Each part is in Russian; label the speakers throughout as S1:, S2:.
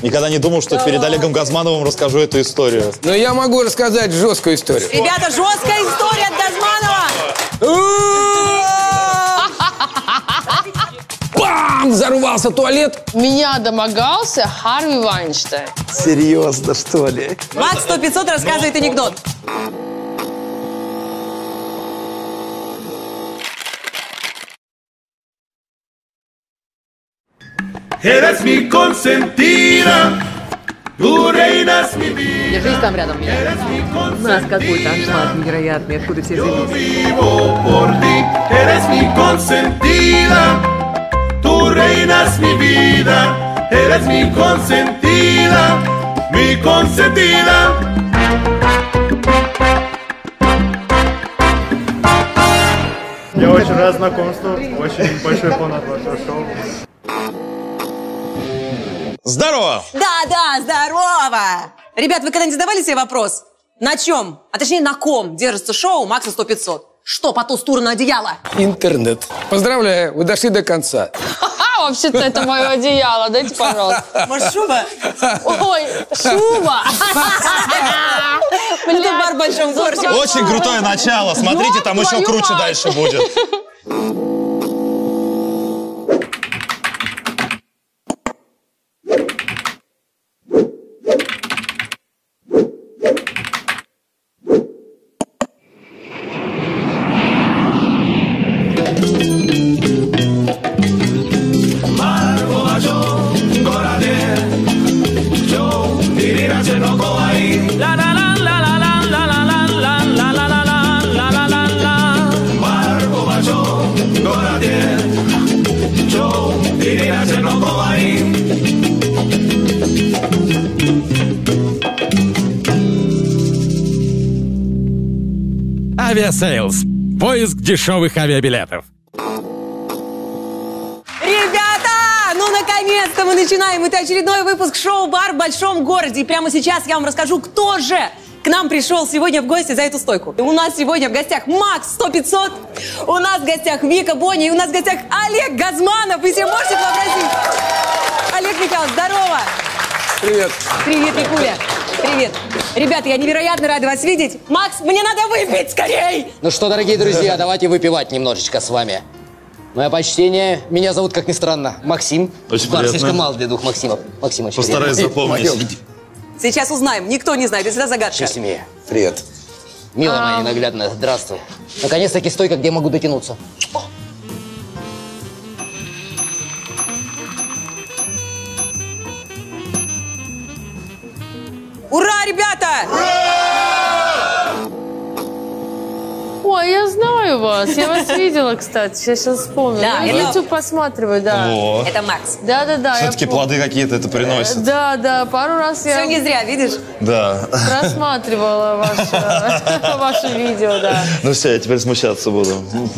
S1: Никогда не думал, что перед Олегом Газмановым расскажу эту историю.
S2: Но я могу рассказать жесткую историю.
S3: Ребята, жесткая история от Газманова.
S2: Бам! Взорвался туалет.
S4: Меня домогался Харви Вайнштейн.
S5: Серьезно, что ли?
S3: Мат 100 500 рассказывает анекдот.
S6: Eres mi consentida, tú reinas mi vida,
S7: Держись там рядом меня.
S6: eres mi
S7: У нас какой-то
S6: consentida,
S7: аншлаг невероятный, откуда все
S6: yo
S7: заявились.
S6: vivo por ti, eres mi consentida, tú reinas mi vida, eres mi consentida, mi consentida.
S8: Я очень рад знакомству, очень большой фанат вашего шоу.
S1: Здорово!
S3: Да, да, здорово. Ребят, вы когда-нибудь задавали себе вопрос? На чем, а точнее на ком держится шоу Макса 100 500? Что по ту сторону одеяла?
S2: Интернет. Поздравляю, вы дошли до конца.
S4: Ха-ха, вообще-то это мое одеяло, дайте, пожалуйста.
S3: Может, шуба?
S4: Ой, шуба!
S3: Блин, бар в большом городе.
S1: Очень крутое начало. Смотрите, там
S4: Ёб
S1: еще
S4: твою
S1: круче
S4: мать!
S1: дальше будет.
S9: Авиасейлс. Поиск дешевых авиабилетов.
S3: Ребята, ну наконец-то мы начинаем. Это очередной выпуск шоу «Бар в большом городе». И прямо сейчас я вам расскажу, кто же к нам пришел сегодня в гости за эту стойку. И у нас сегодня в гостях Макс 100 500, у нас в гостях Вика Бонни, и у нас в гостях Олег Газманов. Вы себе можете вообразить? Олег Михайлович, здорово!
S2: Привет.
S3: Привет, Викуля! Привет! Ребята, я невероятно рада вас видеть. Макс, мне надо выпить скорей!
S10: Ну что, дорогие друзья, давайте выпивать немножечко с вами. Мое почтение. Меня зовут, как ни странно, Максим.
S1: Очень
S10: Да,
S1: приятно.
S10: слишком мало для двух Максимов. Максим, очень
S1: Постараюсь
S10: приятно.
S1: запомнить.
S3: Сейчас узнаем. Никто не знает, это всегда загадка.
S10: Еще сильнее.
S5: Привет.
S10: Милая моя ненаглядная, здравствуй. Наконец-таки стойка, где я могу дотянуться.
S3: Ура, ребята!
S4: Ой, я знаю вас. Я вас видела, кстати. Я сейчас вспомнила.
S3: Да,
S4: я
S3: это-
S4: YouTube посматриваю, да.
S1: О,
S3: Это Макс.
S4: Да-да-да. я
S1: все-таки
S4: пом-
S1: плоды какие-то это приносит.
S4: Да, да, пару раз
S3: Все не
S4: я
S3: зря, видишь?
S1: Да.
S4: просматривала ваше, ваше видео, да.
S1: Ну все, я теперь смущаться буду.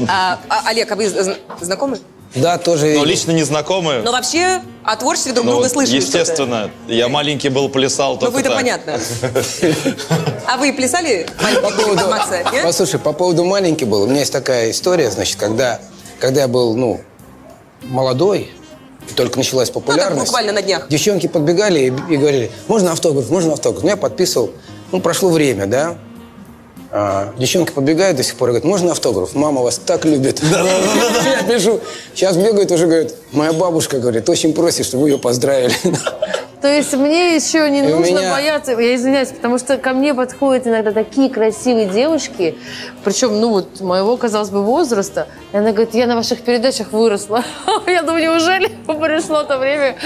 S3: А, а, Олег, а вы зн- знакомы?
S2: Да, тоже
S1: Но
S2: видел.
S1: Ну, лично не знакомы.
S4: Ну,
S3: Но вообще о творчестве друг
S1: Ну,
S3: друга
S1: вот,
S3: слышали. что-то.
S1: Естественно, я маленький был, плясал
S3: Ну,
S1: только
S3: вы-то
S1: так.
S3: понятно. А вы плясали маленький под Макса? нет?
S2: Послушай, по поводу маленький был. У меня есть такая история, значит, когда, когда я был, ну, молодой, только началась популярность.
S3: Ну, буквально на днях.
S2: Девчонки подбегали и, и говорили, можно автограф, можно автограф. Ну, я подписывал. Ну, прошло время, да. А, девчонки подбегают до сих пор и говорят, можно автограф? Мама вас так любит. Я пишу. Сейчас бегают уже, говорят, моя бабушка, говорит, очень просит, чтобы вы ее поздравили.
S7: То есть мне еще не
S2: И у
S7: нужно
S2: меня-
S7: бояться, я извиняюсь, потому что ко мне подходят иногда такие красивые девушки, причем, ну вот, моего, казалось бы, возраста, и она говорит, я на ваших передачах выросла. Я думаю, неужели пришло то время,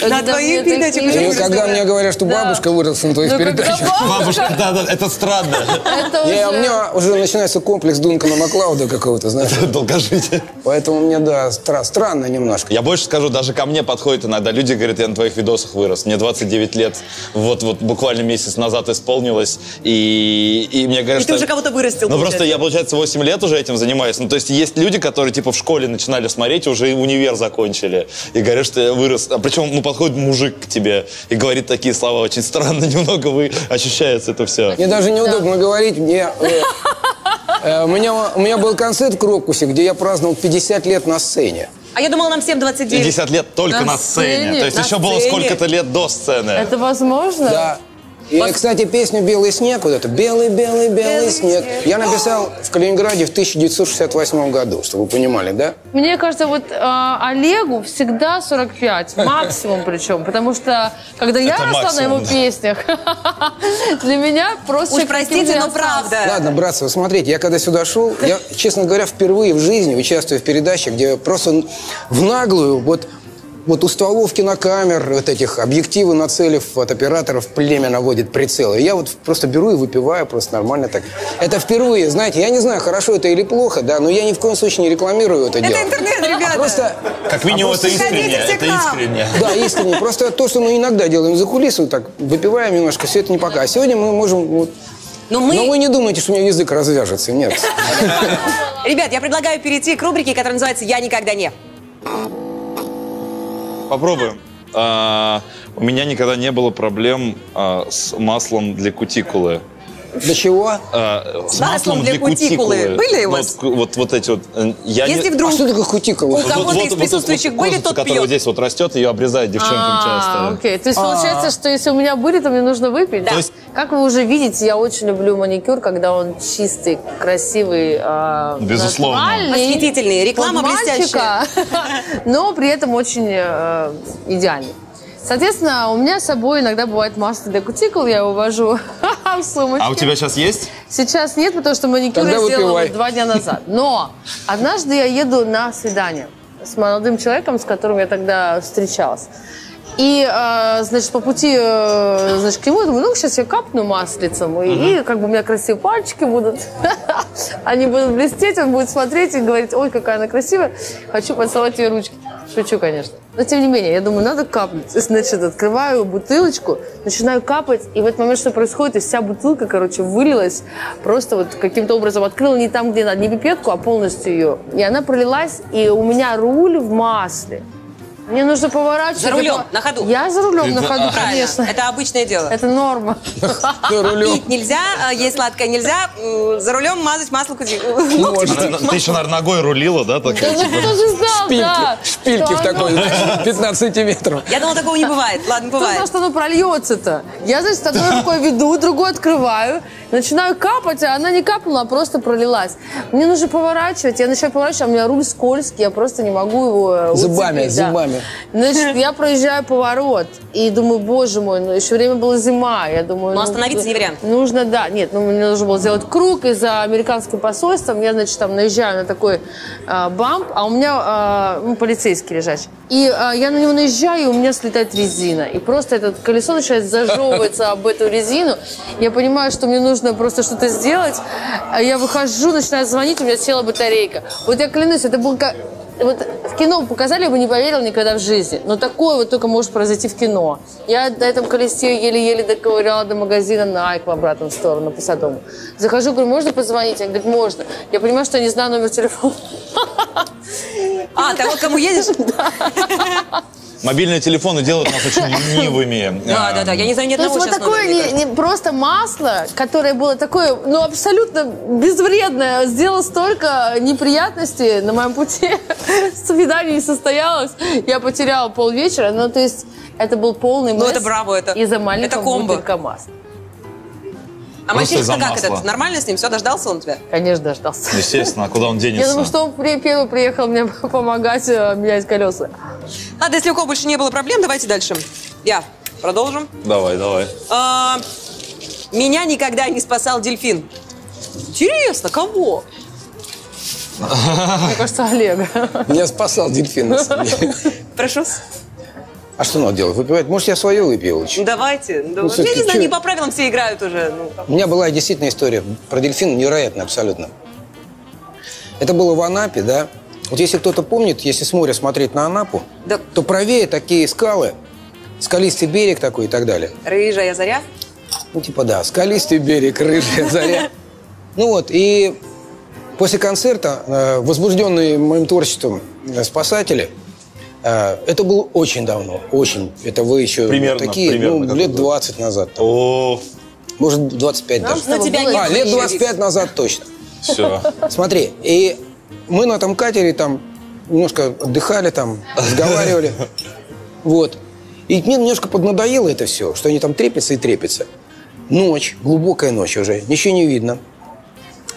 S7: когда
S3: твои
S7: мне
S3: передачи
S7: такие-
S3: пришли
S2: Ну, когда мне говорят, что
S7: Да.
S2: бабушка выросла на твоих
S7: Ну, когда
S2: передачах.
S1: Бабушка, да, да, это странно.
S7: бабушка, это
S2: Не, у
S7: уже-
S2: меня уже начинается комплекс Дункана Маклауда какого-то, знаешь.
S1: Долгожитель.
S2: Поэтому мне, да, стра- странно немножко.
S1: Я больше скажу, даже ко мне подходят иногда люди, говорят, я на твоих видосах вырос. Мне 29 лет, вот, вот буквально месяц назад исполнилось, и, и мне говорят,
S3: И ты
S1: что-
S3: уже кого-то вырастил,
S1: Ну
S3: получается.
S1: просто я, получается, 8 лет уже этим занимаюсь. Ну то есть есть люди, которые типа в школе начинали смотреть, уже и универ закончили, и говорят, что я вырос. А причем, ну подходит мужик к тебе и говорит такие слова, очень странно немного, вы ощущается это все.
S2: Мне даже неудобно говорить, мне... э, э, У меня, у меня был концерт в Крокусе, где я праздновал 50 лет на сцене.
S3: А я думала, нам всем 29.
S1: 50 лет только
S3: На
S1: на, сцене.
S3: сцене,
S1: То есть
S3: на
S1: еще было
S3: сцене.
S1: сколько-то лет до сцены.
S7: Это возможно?
S2: Да. И, кстати, песню «Белый снег» вот эту «Белый, белый, белый снег» я написал в Калининграде в 1968 году, чтобы вы понимали, да?
S7: Мне кажется, вот э, Олегу всегда 45, максимум причем, потому что когда я
S2: Это
S7: росла на
S2: максимум,
S7: его
S2: да.
S7: песнях, для меня просто...
S3: Уж
S7: человек таким
S3: простите,
S7: не
S3: но
S7: остался.
S3: правда.
S2: Ладно, братцы, вот смотрите, я когда сюда шел, я, честно говоря, впервые в жизни участвую в передаче, где просто в наглую, вот, вот у стволов кинокамер, вот этих объективы нацелив от операторов, племя наводит прицелы. И я вот просто беру и выпиваю просто нормально так. Это впервые, знаете, я не знаю, хорошо это или плохо, да, но я ни в коем случае не рекламирую это, дело.
S3: Это интернет, ребята. Просто...
S1: Как минимум, это искренне. Это искренне.
S2: Да, искренне. Просто то, что мы иногда делаем за кулису, так, выпиваем немножко, все это не пока. А сегодня мы можем... вот-
S3: Но, мы...
S2: вы не думаете, что у меня язык развяжется, нет.
S3: Ребят, я предлагаю перейти к рубрике, которая называется «Я никогда не».
S1: Попробуем. А, у меня никогда не было проблем а, с маслом для кутикулы. А,
S2: Для чего?
S1: с
S3: Маслом для кутикулы. Были у
S1: Ну,
S3: вас?
S1: Вот, вот, вот эти вот. э, Я
S3: Если
S1: не-
S3: вдруг...
S2: А что такое кутикула?
S3: У кого-то из присутствующих были,
S1: кожицу,
S3: тот
S1: которая
S3: пьет.
S1: здесь вот растет, ее обрезают девчонкам
S7: А,
S1: часто.
S7: окей. То есть
S1: А.
S7: получается, что если у меня были, то мне нужно выпить?
S1: Да. То есть-
S7: Как вы уже видите, я очень люблю маникюр, когда он чистый, красивый, а,
S1: Безусловно.
S7: натуральный.
S3: Восхитительный, реклама
S7: Под мальчика, но при этом очень э, идеальный. Соответственно, у меня с собой иногда бывает масло для кутикул, я его вожу в сумочке.
S1: А у тебя сейчас есть?
S7: Сейчас нет, потому что маникюр
S1: Тогда
S7: я сделала
S1: выпивай.
S7: вот два дня назад. Но однажды я еду на свидание с молодым человеком, с которым я тогда встречалась. И, э, значит, по пути, э, значит, к нему, я думаю, ну, сейчас я капну маслицем, и, и как бы у меня красивые пальчики будут, они будут блестеть, он будет смотреть и говорить, ой, какая она красивая, хочу поцеловать ее ручки. Шучу, конечно. Но, тем не менее, я думаю, надо капнуть. Значит, открываю бутылочку, начинаю капать, и в этот момент что происходит, и вся бутылка, короче, вылилась, просто вот каким-то образом открыла не там, где надо, не пипетку, а полностью ее. И она пролилась, и у меня руль в масле. Мне нужно поворачивать.
S3: За рулем, на ходу.
S7: Я за рулем на
S3: Это-
S7: ходу,
S3: Правильно.
S7: конечно.
S3: Это обычное дело.
S7: Это норма.
S3: Пить нельзя, а есть сладкое нельзя, м, за рулем мазать масло куди.
S1: Она- Ты еще, наверное, ногой рулила, да?
S3: Да
S1: Такая,
S3: вот кто же знал,
S1: Шпильки.
S3: да?
S2: Шпильки в такой, 15 метров.
S3: Я думала, такого не бывает. Ладно,
S7: Кто
S3: бывает.
S7: знал, что оно прольется-то? Я, значит, одной рукой веду, другой открываю, начинаю капать, а она не капнула, а просто пролилась. Мне нужно поворачивать, я начинаю поворачивать, а у меня руль скользкий, я просто не могу его э,
S2: Зубами,
S7: уцепить, да.
S2: зубами.
S7: Значит, Ну, я проезжаю поворот и думаю, боже мой, ну еще время было зима, я думаю...
S3: Но
S7: ну,
S3: остановиться не вариант.
S7: Нужно, да, нет, ну мне нужно было сделать круг, и за американским посольством я, значит, там наезжаю на такой а, бамп, а у меня а, ну, полицейский лежачий. И а, я на него наезжаю, и у меня слетает резина. И просто это колесо начинает зажевываться об эту резину. Я понимаю, что мне нужно просто что-то сделать. А Я выхожу, начинаю звонить, у меня села батарейка. Вот я клянусь, это был как... Вот в кино показали, я бы не поверила никогда в жизни. Но такое вот только может произойти в кино. Я на этом колесе еле-еле доковыряла до магазина Nike в обратную сторону, по Садому. Захожу, говорю, можно позвонить? Они говорят, можно. Я понимаю, что я не знаю номер телефона.
S3: А, того, кому едешь?
S1: Мобильные телефоны делают нас очень ленивыми.
S3: Да, да, да. Я не знаю ни
S7: То есть
S3: одного
S7: вот
S3: сейчас
S7: такое
S3: номера, мне
S7: не, не- просто масло, которое было такое, ну, абсолютно безвредное, сделало столько неприятностей на моем пути. Свидание не состоялось. Я потеряла полвечера. Ну, то есть это был полный
S3: Ну,
S7: месс
S3: это браво, это-
S7: Из-за
S3: это
S7: маленького
S3: комбо.
S7: бутылька масла.
S3: А
S1: Просто
S3: мальчишка
S1: из-за
S3: как
S1: масла.
S3: этот? Нормально с ним? Все, дождался он тебя?
S7: Конечно, дождался.
S1: Естественно, а куда он денется?
S7: Я думаю, что он при- первый приехал мне помогать э, менять колеса.
S3: Ладно, если у кого больше не было проблем, давайте дальше. Я. Продолжим.
S1: Давай, давай.
S3: А, Меня никогда не спасал дельфин. Интересно, кого?
S7: Мне кажется, Олега.
S2: Меня спасал дельфин. на самом деле.
S3: Прошу.
S2: А что надо делать? Выпивать? Может, я свое выпил?
S3: Ну, Давайте. давай. Я
S2: всё-таки
S3: не знаю,
S2: чё?
S3: не по правилам все играют уже. ну.
S2: У меня была действительно история про дельфина невероятная абсолютно. Это было в Анапе, да? Вот если кто-то помнит, если с моря смотреть на Анапу, то правее такие скалы, скалистый берег такой и так далее.
S3: Рыжая заря.
S2: Ну, типа, да, скалистый берег, рыжая заря. Ну вот, и после концерта, э, возбужденные моим творчеством э, спасатели, э, это было очень давно, очень. Это вы еще
S1: Примерно,
S2: такие,
S1: примерно
S2: ну,
S1: какой
S2: лет
S1: год?
S2: 20 назад.
S1: О,
S2: Может, 25
S7: Нам
S2: даже.
S7: с тобой Ну, тебя было не
S2: а,
S7: было
S2: лет
S7: еще,
S2: 25 назад точно.
S1: все.
S2: Смотри, и мы на этом катере там немножко отдыхали там, разговаривали. Вот. И мне немножко поднадоело это все, что они там трепятся и трепятся. Ночь, глубокая ночь уже, ничего не видно.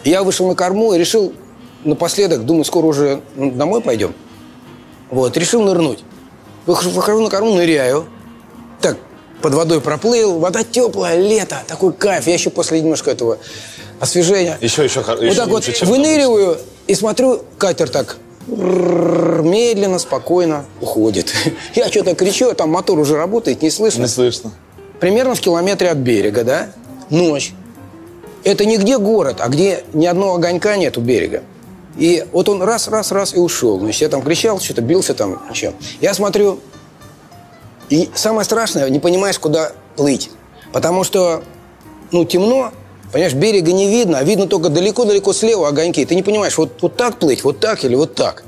S2: Я вышел на корму и решил напоследок, думаю, скоро уже ну, домой пойдем. Вот, решил нырнуть. Выхожу, выхожу на корму, ныряю. Так, под водой проплыл, вода теплая, лето, такой кайф. Я еще после немножко этого освежения.
S1: Еще, еще, хор-
S2: Вот
S1: еще
S2: так вот
S1: лучше, чем
S2: выныриваю и смотрю, катер так рррр, медленно, спокойно уходит. Я что-то кричу, а там мотор уже работает, не слышно.
S1: Не слышно.
S2: Примерно в километре от берега, да? Ночь. Это не где город, а где ни одного огонька нет у берега. И вот он раз, раз, раз и ушел. Значит, я там кричал, что-то бился там, ничего. Я смотрю, и самое страшное, не понимаешь, куда плыть. Потому что, ну, темно, понимаешь, берега не видно, а видно только далеко-далеко слева огоньки. Ты не понимаешь, вот, вот так плыть, вот так или вот так.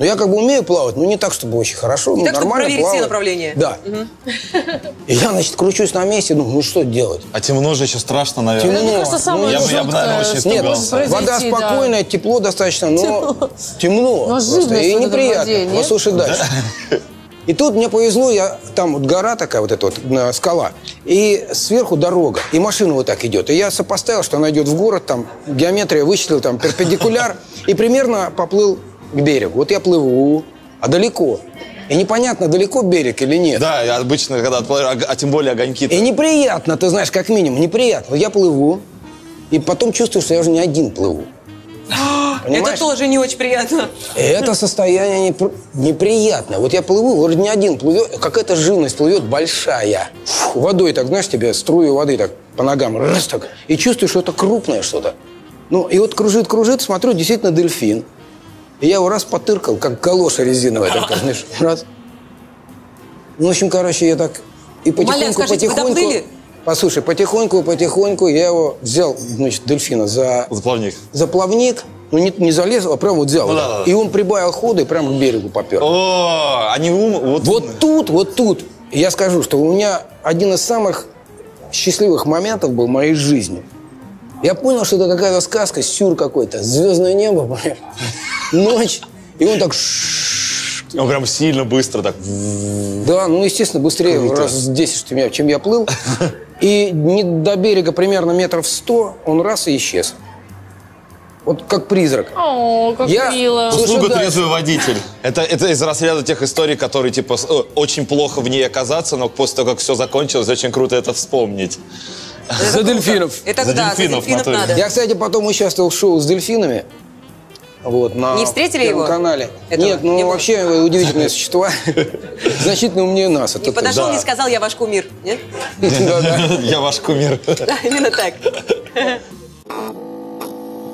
S2: Но я как бы умею плавать, но не так, чтобы очень хорошо, ну,
S3: так, чтобы
S2: нормально
S3: проверить все
S2: плаваю.
S3: направления.
S2: Да.
S3: Мгм.
S2: И я, значит, кручусь на месте, думаю, ну что делать?
S1: А темно же еще страшно, наверное.
S2: Темно.
S11: мне кажется, самое
S1: Ну, Я бы- я бы, наверное,
S11: жуткое,
S1: очень
S11: что
S2: Нет, ну,
S11: может
S1: испугался. ну,
S11: произойти,
S2: вода
S11: ну, да.
S2: спокойная, тепло достаточно, но темно. просто,
S11: живность вот
S2: и
S11: эта в воде,
S2: неприятно.
S11: нет?
S2: Послушай дальше. И тут мне повезло, я там вот гора такая, вот эта вот э, скала, и сверху дорога, и машина вот так идет. И я сопоставил, что она идет в город, там геометрия вычислил, там перпендикуляр, и примерно поплыл к берегу. Вот я плыву, а далеко. И непонятно, далеко берег или нет.
S1: Да, и обычно, когда отплываешь, а, а тем более огоньки.
S2: И неприятно, ты знаешь, как минимум, неприятно. Я плыву, и потом чувствую, что я уже не один плыву.
S3: Это тоже не очень приятно.
S2: И Это состояние непр- неприятное. Вот я плыву, вроде не один плывет, какая-то живность плывет большая. Фу, Водой так, знаешь, тебе струю воды так по ногам, раз так, и чувствуешь, что это крупное что-то. Ну, и вот кружит-кружит, смотрю, действительно дельфин. И я его раз потыркал, как калоша резиновая такая, знаешь, раз. Ну, в общем, короче, я так и потихоньку,
S3: Умоляю, скажите, вы
S2: потихоньку...
S3: доплыли?
S2: Послушай, потихоньку, потихоньку я его взял, значит, дельфина за
S1: Заплавник.
S2: за плавник, ну не, не залез, а прям вот взял.
S1: Ну
S2: вот
S1: да,
S2: так.
S1: да, да.
S2: И он прибавил хода и прям к берегу попер.
S1: О, они ум... Вот,
S2: Вот тут, вот тут, я скажу, что у меня один из самых счастливых моментов был в моей жизни. Я понял, что это какая-то сказка, сюр какой-то, звездное небо, понимаешь? ночь, и он так, шш.
S1: Он прям сильно быстро так.
S2: да, ну естественно, быстрее
S1: Круто.
S2: раз в 10, что я- чем я плыл. И не до берега примерно метров 100 он раз и исчез. Вот как призрак.
S7: О, как
S2: Я-
S7: мило.
S2: Слушай,
S1: Услуга
S2: дальше.
S1: трезвый водитель. Это, это из разряда тех историй, которые, типа, с- э, очень плохо в ней оказаться, но после того, как все закончилось, очень круто это вспомнить.
S2: За дельфинов.
S3: Это
S1: За
S3: да,
S1: дельфинов,
S3: за дельфинов
S1: Анатолий.
S3: надо.
S2: Я, кстати, потом участвовал в шоу с дельфинами. Вот, на
S3: Не встретили
S2: Первом
S3: его?
S2: канале.
S3: Этого
S2: Нет,
S3: не
S2: ну
S3: было?
S2: вообще вы удивительные существа. Значительно умнее нас. это
S3: Не подошел,
S1: да.
S3: не сказал, я ваш кумир. Нет?
S2: точно. Да-да.
S1: Я ваш кумир.
S3: Да, именно так.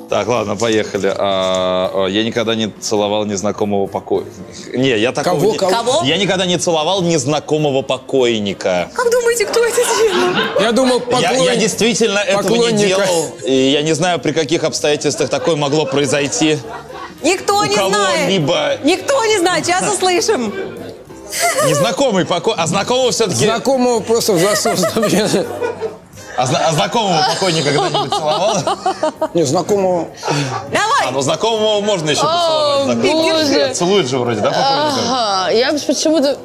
S1: Так, ладно, поехали. А, а, Я никогда не целовал незнакомого покойника. Не, я такого...
S2: Кого,
S1: не-
S2: кого?
S3: Кого?
S1: Я никогда не целовал незнакомого покойника.
S3: Как думаете, кто это сделал?
S2: Я думал,
S1: Я,
S2: поклонник.
S1: я действительно этого не
S2: поклонника.
S1: делал. И я не знаю, при каких обстоятельствах такое могло произойти.
S3: Никто
S1: У
S3: не знает.
S1: кого-либо
S3: Никто не знает, сейчас услышим.
S1: незнакомый покойник. А знакомого все-таки...
S2: Знакомого просто в засос.
S1: А, зна- а знакомого покойника когда-нибудь целовала?
S2: Не, знакомого.
S1: А,
S3: Давай.
S1: ну знакомого можно еще
S7: О,
S1: поцеловать.
S7: боже.
S1: Знакомого. Целуют же вроде, да, покойника?
S7: Ага, я уж почему-то...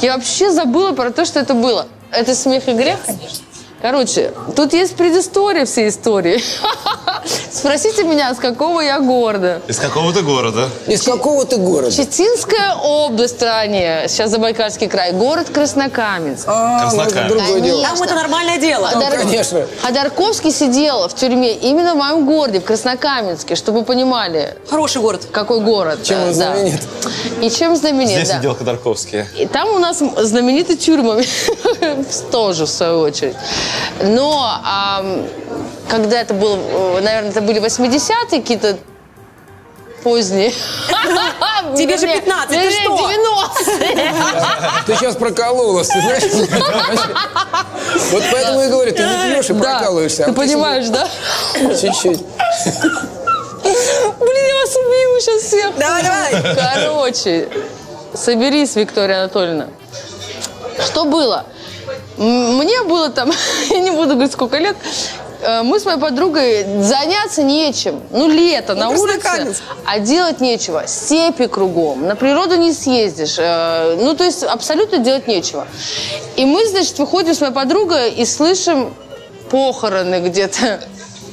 S7: Я вообще забыла про то, что это было. Это смех и грех, конечно. Короче, тут есть предыстория всей истории. Спросите меня, с какого я города.
S1: Из какого-то города.
S2: Из какого ты города?
S7: Читинская область ранее, сейчас Забайкальский край, город Краснокаменск. А
S2: А, ну это
S1: Краснокаменск.
S2: другое дело.
S3: Там это нормальное дело.
S7: Да.
S2: Ну, Конечно.
S7: Ходорковский сидел в тюрьме именно в моем городе, в Краснокаменске, чтобы вы понимали,
S3: Хороший город.
S7: какой город.
S2: Чем он
S7: э, да.
S2: знаменит?
S7: И чем знаменит,
S1: Здесь
S7: Э, да.
S1: сидел Ходорковский.
S7: И там у нас знамениты тюрьмами, тоже в свою очередь. Но ам, когда это было, э, наверное, это были 80-е какие-то поздние.
S3: Тебе же
S7: Вернее,
S3: 15, ты
S7: вернее,
S3: что?
S7: 90-е.
S2: Ты сейчас прокололась, ты знаешь? Вот поэтому и говорю, ты не пьешь и
S7: Да,
S2: прокалываешься. а
S7: ты
S2: вот если
S7: понимаешь, да?
S2: Чуть-чуть.
S7: Блин, я вас убью сейчас всех.
S3: Давай, давай.
S7: Короче, соберись, Виктория Анатольевна. Что было? М, Мне было там, я не буду говорить, сколько лет, э, мы с моей подругой заняться нечем. Ну, лето на улице, а делать нечего. Степи кругом, на природу не съездишь. э, Ну, то есть абсолютно делать нечего. И мы, значит, выходим с моей подругой и слышим похороны где-то.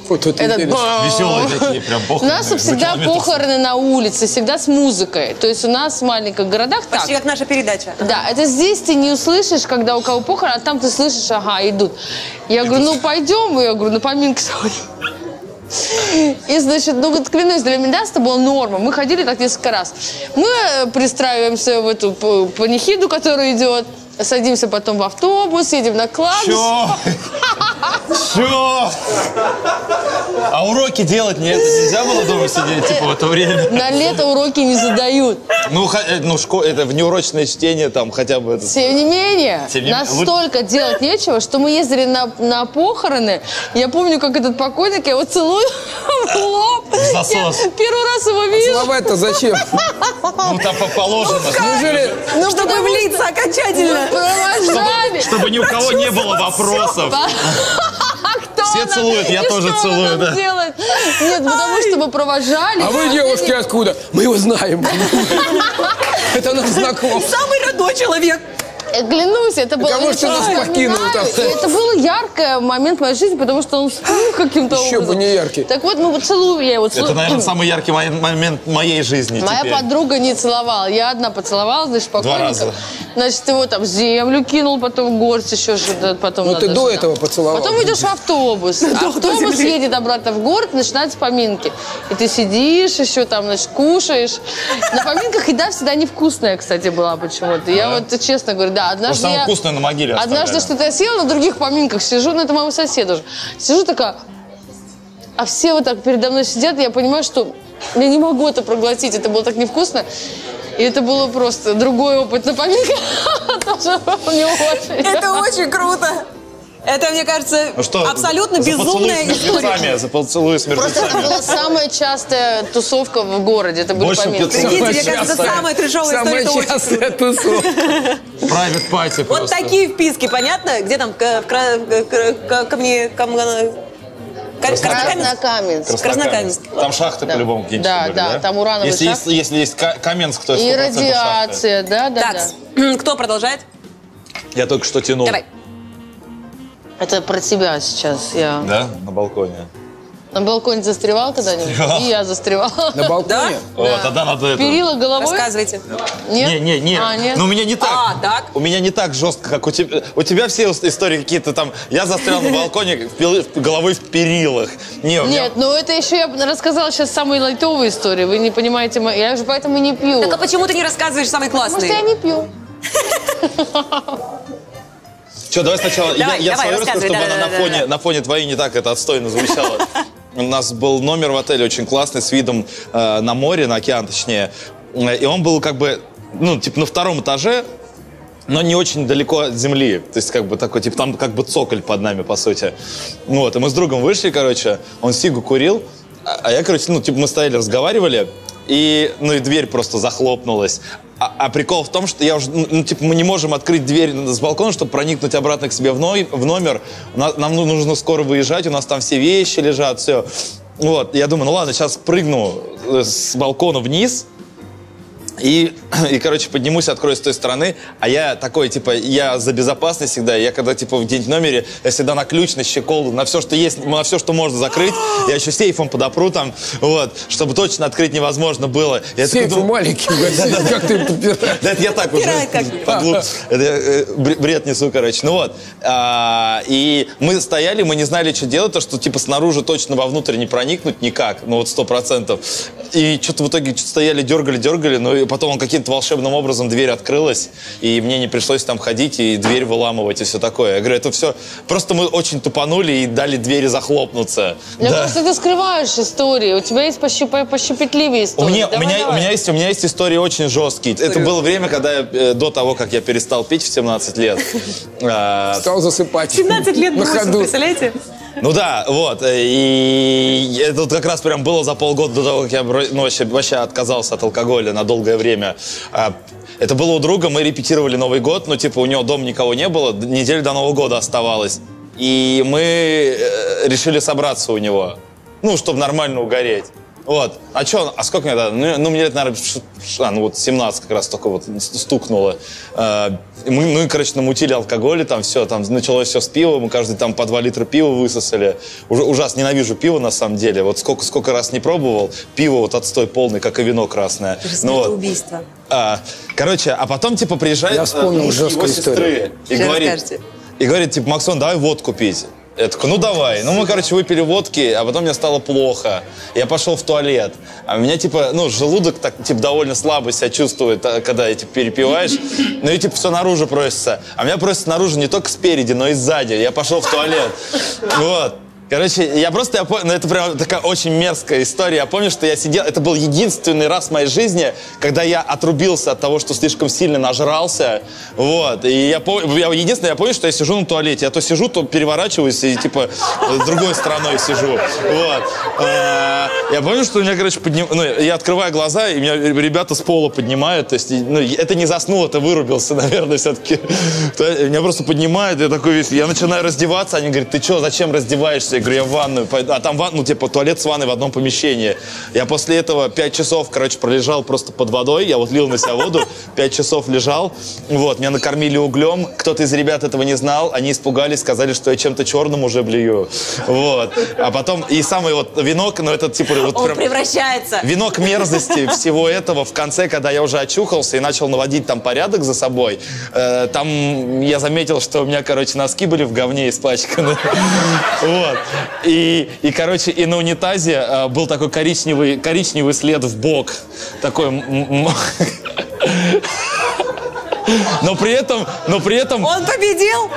S2: Вот это
S7: Этот
S2: интересно.
S7: бау.
S1: Веселые такие прям
S7: У
S1: похороны.
S7: нас всегда похороны на улице, всегда с музыкой. То есть у нас в маленьких городах так.
S3: Почти как наша передача.
S7: Да, это здесь ты не услышишь, когда у кого похорон, а там ты слышишь, ага, идут. Я говорю, ну пойдем, я говорю, на поминки сходим. И, значит, ну вот клянусь, для меня это была норма. Мы ходили так несколько раз. Мы э, пристраиваемся в эту п- панихиду, которая идет, садимся потом в автобус, едем на кладбище.
S1: Чё? Чё? А уроки делать нет, нельзя было дома сидеть, типа, в это время?
S7: На лето уроки не задают.
S1: Ну, ха- э, ну шко- это внеурочное чтение там хотя бы это...
S7: Тем не менее,
S1: Тем не менее,
S7: нас
S1: вот-
S7: столько делать нечего, что мы ездили на, на похороны. Я помню, как этот покойник, я его целую в лоб.
S1: засос.
S7: Я первый раз
S2: А
S7: его вижу.
S2: Целовать-то зачем?
S1: Ну, там по- положено.
S2: Неужели
S7: Ну,
S3: Чтобы
S7: потому
S3: влиться
S7: что
S3: окончательно.
S7: провожали.
S1: Чтобы ни у кого не было вопросов.
S7: А кто
S1: Все
S7: она?
S1: целуют, я
S7: И
S1: тоже
S7: что
S1: целую,
S7: она там
S1: да.
S7: делает? Нет, потому что мы провожали.
S2: А вы,
S7: Смотрели.
S2: девушки, откуда? Мы его знаем. Это нам знакомо.
S3: Самый родной человек.
S7: Э, Клянусь, это было...
S2: Кого ж ты
S7: я
S2: нас
S7: вспоминаю,
S2: покинул там?
S7: и Это был яркий момент моей жизни, потому что он всплыл каким-то
S2: Еще бы
S7: образом.
S2: не яркий.
S7: Так вот, мы вот целую, я его целую.
S1: Это, наверное, самый яркий мо- момент моей жизни
S7: Моя
S1: теперь.
S7: подруга не целовала. Я одна поцеловала, значит, покойника.
S1: раза.
S7: Значит, его там в землю кинул, потом горсть еще что-то, потом
S2: Ну,
S7: надо
S2: ты до
S7: же, да.
S2: этого поцеловала.
S7: Потом идешь в автобус. Автобус едет обратно в город, начинаются поминки. И ты сидишь еще там, значит, кушаешь. На поминках еда всегда невкусная, кстати, была почему-то. Я вот честно говорю, да,
S1: Потому что
S7: однажды
S1: самое
S7: я...
S1: вкусное на могиле
S7: Однажды
S1: оставляли.
S7: что-то я съела, на других поминках сижу, но это моего соседа же. Сижу такая, а все вот так передо мной сидят, и я понимаю, что я не могу это проглотить, это было так невкусно. И это было просто другой опыт на поминках. Тоже не очень.
S3: Это очень круто. Это, мне кажется,
S1: Ну что,
S3: абсолютно
S1: за поцелуй с
S3: безумная история.
S1: мертвецами, За поцелуй с
S7: Просто это
S1: мертвецами.
S7: была самая частая тусовка в городе, это были
S1: Больше
S7: поминки.
S1: пятьсот.
S3: Прикиньте, мне
S2: Самая
S3: кажется,
S2: частая.
S3: самая трешовая история.
S2: Самая
S3: это очень
S2: частая тусовка.
S1: Private party
S3: Вот
S1: просто.
S3: такие вписки, понятно? Где там к- в кра- к- к- камни... кам- ка- Краснокаменск?
S7: Краснокаменск.
S3: Краснокаменск.
S1: Там шахты
S7: Да.
S1: по-любому какие-то
S7: Да,
S1: были,
S7: да, там урановые
S1: если,
S7: шахты.
S1: Есть, если есть ка- Каменск, то 100%
S7: И
S1: шахты.
S7: радиация, да, да,
S3: Так,
S7: да.
S3: кто продолжает?
S1: Я только что тянул.
S3: Давай.
S7: Это про тебя сейчас. Я
S1: Да, на балконе.
S7: на балконе застревал когда-нибудь?
S1: Застревал.
S7: И я застревала.
S2: На балконе?
S1: О, тогда надо это...
S7: Перила головой?
S3: Рассказывайте.
S7: Нет?
S1: Не, не, не.
S7: А, нет.
S1: Но у меня не так.
S3: А, так.
S1: У меня не так жестко, как у тебя. У тебя все ус- истории какие-то там. Я застрял на балконе впил- в- головой в перилах. Не, у меня-
S7: Нет, ну это еще я рассказала сейчас самые лайтовые истории. Вы не понимаете, мо- я же поэтому и не пью.
S3: Так а почему ты не рассказываешь самый
S7: Потому что я
S3: классный?
S7: не пью.
S1: Че, давай сначала. я-
S3: Давай,
S1: я
S3: давай,
S1: свою расскажу,
S3: рассказывай,
S1: чтобы она на
S3: да-да-да-да-да.
S1: фоне, на фоне твоей не так это отстойно звучало. У нас был номер в отеле очень классный, с видом э, на море, на океан точнее. Э, И он был как бы, ну, типа на втором этаже, но не очень далеко от земли. То есть, как бы такой, типа, там как бы цоколь под нами, по сути. Ну Вот, и мы с другом вышли, короче, он сигу курил, а а я, короче, ну, типа, мы стояли, разговаривали, и, ну, и дверь просто захлопнулась. А, а прикол в том, что я уже, ну, ну, типа, мы не можем открыть дверь с балкона, чтобы проникнуть обратно к себе в, ной- в номер. У нас- нам ну- нужно скоро выезжать, у нас там все вещи лежат, все. Вот, я думаю, ну ладно, сейчас прыгну э, с балкона вниз, и, и, короче, поднимусь, открою с той стороны, а я такой, типа, я за безопасность всегда, я когда, типа, в день в номере, я всегда на ключ, на щеколду, на все, что есть, на все, что можно закрыть, я еще сейфом подопру там, вот, чтобы точно открыть невозможно было. Я такой
S2: Сейф
S1: думаю,
S2: маленький, блядь, как ты подбираешь?
S1: да это я так уже.
S3: Пирает как-нибудь.
S1: поглубже. Это я, э, бр- бред несу, короче. Ну вот. А, И мы стояли, мы не знали, что делать, то что типа снаружи точно вовнутрь не проникнуть никак, ну вот сто процентов. И что-то в итоге чё-то стояли, дергали, дергали, но и потом он каким-то волшебным образом дверь открылась, и мне не пришлось там ходить и дверь выламывать и все такое. Я говорю, это все просто мы очень тупанули и дали двери захлопнуться.
S7: Мне
S1: Да.
S7: кажется, ты скрываешь истории. У тебя есть пощипа- пощепетливее
S1: У
S7: истории.
S1: меня, у,
S7: Давай,
S1: меня,
S7: давай.
S1: у меня есть, у меня есть истории очень жесткие. Это было время, когда я, э, до того, как я перестал пить в 17 лет. А,
S2: Стал засыпать.
S3: 17 лет
S2: на
S3: бросил,
S2: ходу.
S3: представляете?
S1: ну да, вот. э, И это вот как раз прям было за полгода до того, как я бро- ну, вообще, вообще отказался от алкоголя на долгое время. А, Это было у друга, мы репетировали Новый год, но типа у него дома никого не было, д- неделя до Нового года оставалась. И мы э, решили собраться у него. Ну, чтобы нормально угореть. Вот. А чё, а сколько мне тогда? Ну, ну, мне лет, наверное, а, ну вот 17 как раз только вот с- стукнуло. Э, и мы, ну и, короче, намутили алкоголя, там все, там началось все с пива, мы каждый там по 2 литра пива высосали. Уже ужасно ненавижу пиво на самом деле. Вот сколько, сколько раз не пробовал, пиво вот отстой полный, как и вино красное. Ну вот.
S3: убийство.
S1: А, короче, а потом типа приезжает
S2: Я
S1: э,
S2: вспомнил
S1: муж его
S2: жесткую историю.
S1: сестры и
S3: Сейчас
S1: говорит,
S3: расскажете.
S1: и говорит, типа, Максон, давай водку пить. Я такой, ну давай. Ну мы, короче, выпили водки, а потом мне стало плохо. Я пошел в туалет. А у меня, типа, ну, желудок так, типа, довольно слабо себя чувствует, а, когда, типа, перепиваешь. Ну и, типа, все наружу просится. А у меня просится наружу не только спереди, но и сзади. Я пошел в туалет. Вот. Короче, я просто, я пом- ну это прям такая очень мерзкая история. Я помню, что я сидел, это был единственный раз в моей жизни, когда я отрубился от того, что слишком сильно нажрался, вот. И я помню, я, единственное, я помню, что я сижу на туалете. Я то сижу, то переворачиваюсь и типа э, другой стороной сижу, вот. А, Я помню, что у меня, короче, подним... ну, я открываю глаза, и меня ребята с пола поднимают, то есть, и, ну, это не заснул, это вырубился, наверное, все-таки. Меня просто поднимают, я такой весь, я начинаю раздеваться, они говорят, ты что, зачем раздеваешься? Я говорю, я в ванную пойду. А там, ван- ну, типа, туалет с ванной в одном помещении. Я после этого 5 часов, короче, пролежал просто под водой, я вот лил на себя воду, 5 часов лежал, вот, меня накормили углем, кто-то из ребят этого не знал, они испугались, сказали, что я чем-то черным уже блюю, вот. А потом, и самый вот венок, ну, это, типа, вот
S3: Он
S1: прям...
S3: превращается.
S1: Венок мерзости всего этого в конце, когда я уже очухался и начал наводить там порядок за собой, э, там я заметил, что у меня, короче, носки были в говне испачканы. Вот. И, и, короче, и на унитазе э, был такой коричневый, коричневый след в бок. Такой... м- м- Но при этом, но при этом,
S3: Он победил?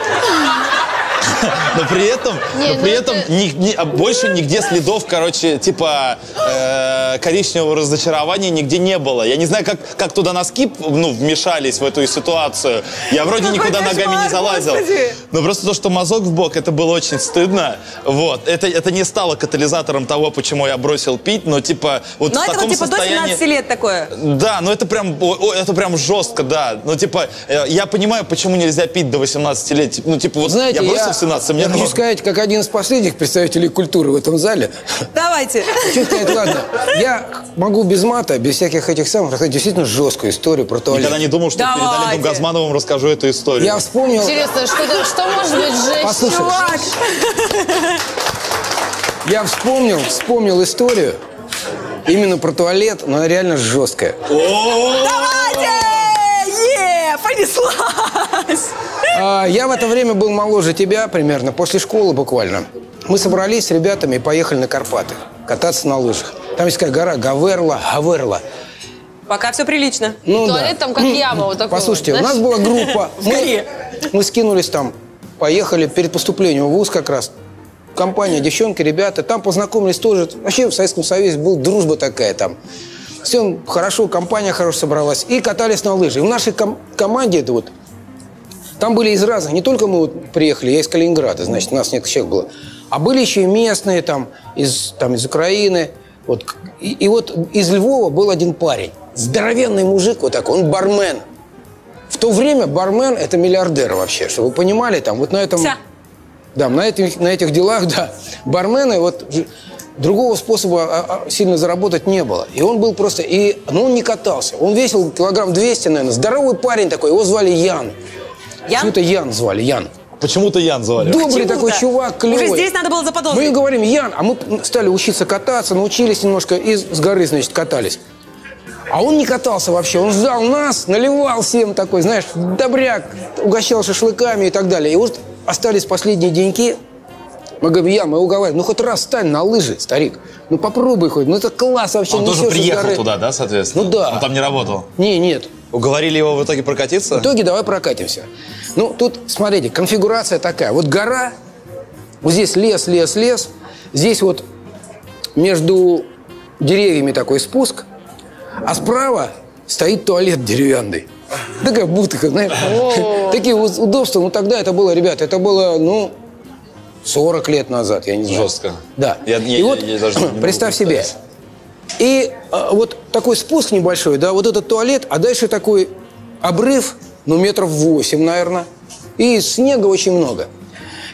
S1: но при этом,
S4: Не,
S1: но
S4: ну
S1: при
S4: это-
S1: этом ни- ни- а больше нигде следов, короче, типа э, коричневого разочарования нигде не было. Я не знаю, как, как туда носки ну, вмешались в эту ситуацию. Я вроде
S3: Какой
S1: никуда ногами не
S3: кошмар,
S1: залазил.
S3: господи.
S1: Но просто то, что мазок в бок, это было очень стыдно. Вот. Это, это не стало катализатором того, почему я бросил пить, но типа вот
S3: Но
S1: в
S3: это
S1: таком
S3: вот типа до
S1: состоянии...
S3: 17 лет такое.
S1: Да, ну это прям, о- о, это прям жестко, да. Ну, типа, э, я понимаю, почему нельзя пить до 18 лет. Тип- Ну, типа, вот
S2: Знаете,
S1: я бросил в 17, мне
S2: я хочу
S1: норм.
S2: сказать, как один из последних представителей культуры в этом зале.
S3: Давайте.
S2: Чё сказать, ладно, я могу без мата, без всяких этих самых, рассказать действительно жесткую историю про туалет.
S1: Никогда не думал, что перед
S3: Давайте.
S1: Олегом Газмановым расскажу эту историю.
S2: Я вспомнил,
S4: Интересно, что, это- что может быть женщина?
S2: послушай, я вспомнил, вспомнил историю именно про туалет, но она реально жесткая.
S3: Давайте! Е, понеслась!
S2: А, Я в это время был моложе тебя примерно, после школы буквально. Мы собрались с ребятами и поехали на Карпаты кататься на лыжах. Там есть такая гора Гаверла, Гаверла.
S3: Пока все прилично.
S2: Ну,
S4: Туалет там как яма вот такой.
S2: Послушайте, у
S4: вот,
S2: нас
S4: знаешь.
S2: была группа. Мы,
S3: горе.
S2: мы скинулись там, поехали перед поступлением в ВУЗ как раз. Компания, девчонки, ребята. Там познакомились тоже. Вообще в Советском Союзе была дружба такая там. Все хорошо, компания хорошо собралась. И катались на лыжах. И в нашей ком- команде это вот там были из разных, не только мы вот приехали, я из Калининграда, значит, нас несколько человек было, а были еще и местные там, из, там, из Украины. Вот. к- И, и вот из Львова был один парень, здоровенный мужик вот такой, он бармен. В то время бармен – это миллиардер вообще, чтобы вы понимали, там вот на этом…
S3: Вся.
S2: Да, на этих, на этих делах, да, бармены, вот ж- другого способа а, а, сильно заработать не было. И он был просто, и, ну, он не катался. Он весил килограмм 200, наверное. Здоровый парень такой, его звали Ян.
S3: Ян?
S2: Почему-то Ян звали, Ян.
S1: Почему-то Ян звали.
S2: Добрый
S3: Почему-то.
S2: такой чувак, клевый.
S3: Уже здесь надо было
S2: Мы
S3: заподозрить.
S2: ему говорим, Ян, а мы стали учиться кататься, научились немножко, и с горы, значит, катались. А он не катался вообще, он ждал нас, наливал всем такой, знаешь, добряк, угощал шашлыками и так далее. И вот остались последние деньки, мы говорим, Ян, мы его уговариваем, ну хоть раз стань на лыжи, старик, ну попробуй хоть, ну это класс вообще.
S1: Он тоже
S2: несёшь из
S1: приехал
S2: горы».
S1: туда, да, соответственно?
S2: Ну да.
S1: Он там не работал.
S2: Не, нет,
S1: Уговорили его в итоге прокатиться?
S2: в итоге давай прокатимся. Ну, тут, смотрите, конфигурация такая. Вот гора, вот здесь лес, лес, лес. Здесь вот между деревьями такой спуск, а справа стоит туалет деревянный. Такая бутыха, знаешь. Такие вот удобства. Ну, тогда это было, ребята, это было, ну, 40 лет назад, я не знаю.
S1: Жестко.
S2: Да.
S1: Я- я-
S2: и вот,
S1: я- я даже не могу
S2: представь себе,
S1: представить.
S2: и а, вот такой спуск небольшой, да, вот этот туалет, а дальше такой обрыв, ну, метров восемь, наверное. И снега очень много.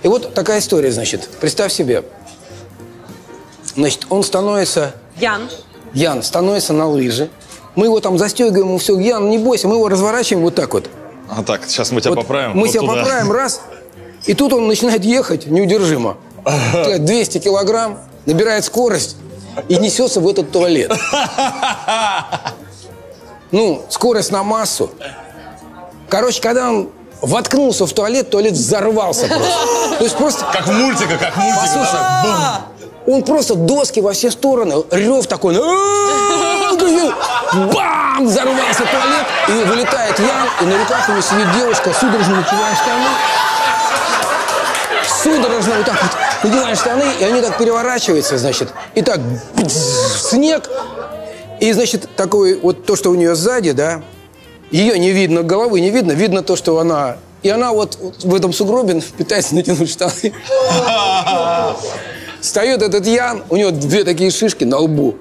S2: И вот такая история, значит. Представь себе, Значит, он становится
S3: Ян.
S2: Ян становится на лыжи. Мы его там застегиваем, ему все, Ян, не бойся, мы его разворачиваем вот так вот.
S1: А так, сейчас мы тебя поправим.
S2: Мы
S1: вот
S2: себя
S1: туда.
S2: поправим, раз. И тут он начинает ехать неудержимо. 200 килограмм, набирает скорость и несется в этот туалет. Ну, скорость на массу. Короче, когда он воткнулся в туалет, туалет взорвался просто. То есть просто...
S1: Как в мультиках, как в мультиках.
S2: Послушай,
S1: да,
S2: он просто доски во все стороны, рев такой, «Э, бам, взорвался туалет, и вылетает Ян, и на руках его сидит девушка, судорожно надевая штаны, судорожно вот так вот надевая штаны, и они так переворачиваются, значит, и так бдз, в снег, и, значит, такой вот то, что у нее сзади, да, ее не видно, головы не видно, видно то, что она... И она вот в этом сугробе пытается натянуть штаны. Встает этот Ян, у него две такие шишки на лбу.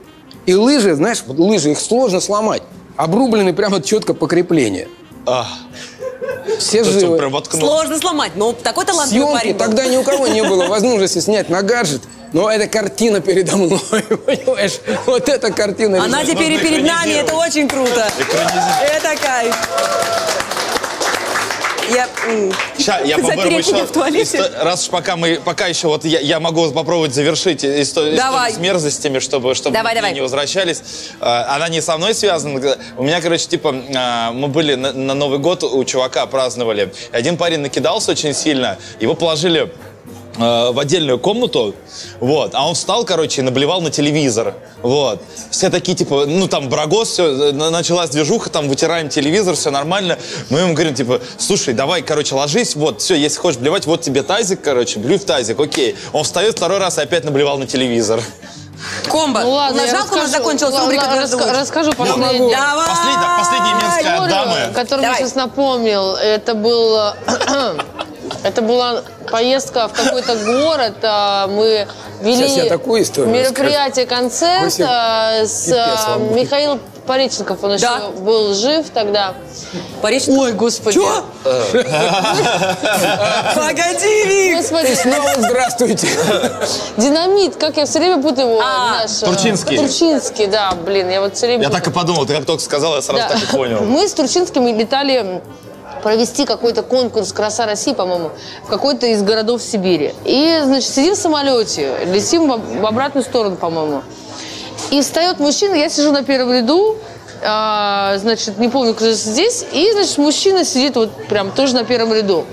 S2: И лыжи, знаешь, вот лыжи, их сложно сломать. Обрублены прямо четко по креплению.
S1: А.
S2: Все
S1: То есть он
S2: живы.
S1: прям воткнул.
S3: Сложно сломать, но такой талантливый
S2: Съемки
S3: парень. был.
S2: тогда ни у кого не было возможности снять на гаджет. Но эта картина передо мной, понимаешь? Вот эта картина.
S3: Она
S2: ребята.
S3: теперь и перед нами, это очень круто. Это кайф. Я, м,
S1: Ща, я попробую
S3: Запереть меня
S1: еще.
S3: в туалете.
S1: исто- Раз уж пока мы, пока еще вот я, я могу попробовать завершить историю
S3: Давай.
S1: с мерзостями, чтобы, чтобы
S3: Давай,
S1: мы к ней
S3: давай.
S1: не возвращались. А, Она не со мной связана. У меня, короче, типа, а, мы были на, на Новый год у чувака праздновали. И Один парень накидался очень сильно, его положили э, в отдельную комнату, вот, а он встал, короче, и наблевал на телевизор, вот. Все такие, типа, ну, там, брагос, все, началась движуха, там, вытираем телевизор, все нормально. Мы ему говорим, типа, слушай, давай, короче, ложись, вот, все, если хочешь блевать, вот тебе тазик, короче, блюй в тазик, окей. Он встает второй раз и опять наблевал на телевизор.
S3: Комбо.
S7: Ну ладно,
S3: У нас
S7: я
S3: жалко, у нас
S7: расскажу.
S3: закончилась
S7: Ладно,
S3: рубрика «Дважды
S7: раска-
S3: лучше».
S7: Расскажу последнее.
S3: Последний,
S7: А,
S1: Последняя, последняя минская дама.
S7: который мне
S3: Давай.
S7: сейчас напомнил, это был... Это была поездка в какой-то город. а, Мы вели
S2: Сейчас я такую историю
S7: мероприятие, концерт
S2: Восемь.
S7: а, с
S2: Пипец вам
S7: а,
S2: будет.
S7: Михаил Пореченков.
S3: Да.
S7: Он еще был жив тогда.
S3: Париж.
S7: Ой, господи.
S3: Чё? Погоди, Вик.
S7: Господи,
S2: Снова здравствуйте.
S7: динамит, как я все время путаю его.
S3: А,
S7: наш, э,
S1: Турчинский.
S7: Турчинский, да, блин, я вот все время
S1: Я так и подумал, ты как только сказал, я сразу
S7: Да.
S1: так и понял.
S7: Мы с Турчинским летали провести какой-то конкурс «Краса России», по-моему, в какой-то из городов Сибири. И, значит, сидим в самолете, летим в об- в обратную сторону, по-моему. И встает мужчина, я сижу на первом ряду, а, значит, не помню, кто здесь, и, значит, мужчина сидит вот прям тоже на первом ряду.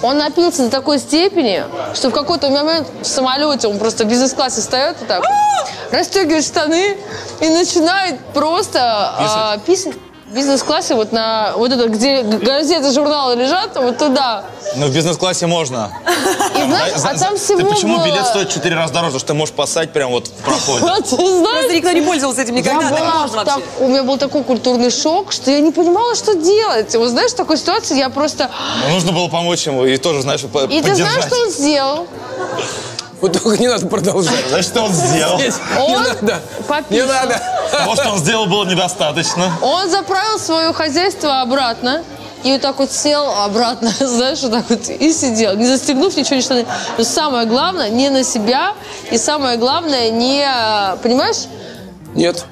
S7: Он напился до такой степени, что в какой-то момент в самолете он просто в бизнес-классе встает вот так,
S1: А!
S7: вот, расстегивает штаны и начинает просто а, писать в бизнес-классе вот на вот это, где г- газеты, журналы лежат, вот туда.
S1: Ну, в бизнес-классе можно.
S7: И знаешь,
S1: Э, За-
S7: а
S1: за-
S7: там
S1: ты
S7: всего
S1: Почему
S7: было-
S1: билет стоит в четыре раза дороже? Потому что ты можешь поссать прямо вот в проходе.
S7: А ты знаешь,
S3: Просто никто не пользовался этим
S7: Я
S3: никогда, так
S7: была
S3: можно
S7: в так-
S3: вообще.
S7: у меня был такой культурный шок, что я не понимала, что делать. Вот знаешь, в такой ситуации я просто...
S1: Ну, Нужно было помочь ему и тоже, знаешь, по-
S7: И ты
S1: поддержать.
S7: знаешь, что он сделал?
S2: Вот только не надо продолжать.
S1: Знаешь, что он сделал?
S2: Не
S7: Он
S2: надо. Не
S7: пописал.
S2: надо.
S1: Того, что он сделал, было недостаточно.
S7: Он заправил свое хозяйство обратно. И вот так вот сел обратно, знаешь, вот так вот и сидел, не застегнув ничего, не штаны. Но самое главное, не на себя, и самое главное, не, э, понимаешь?
S2: Нет.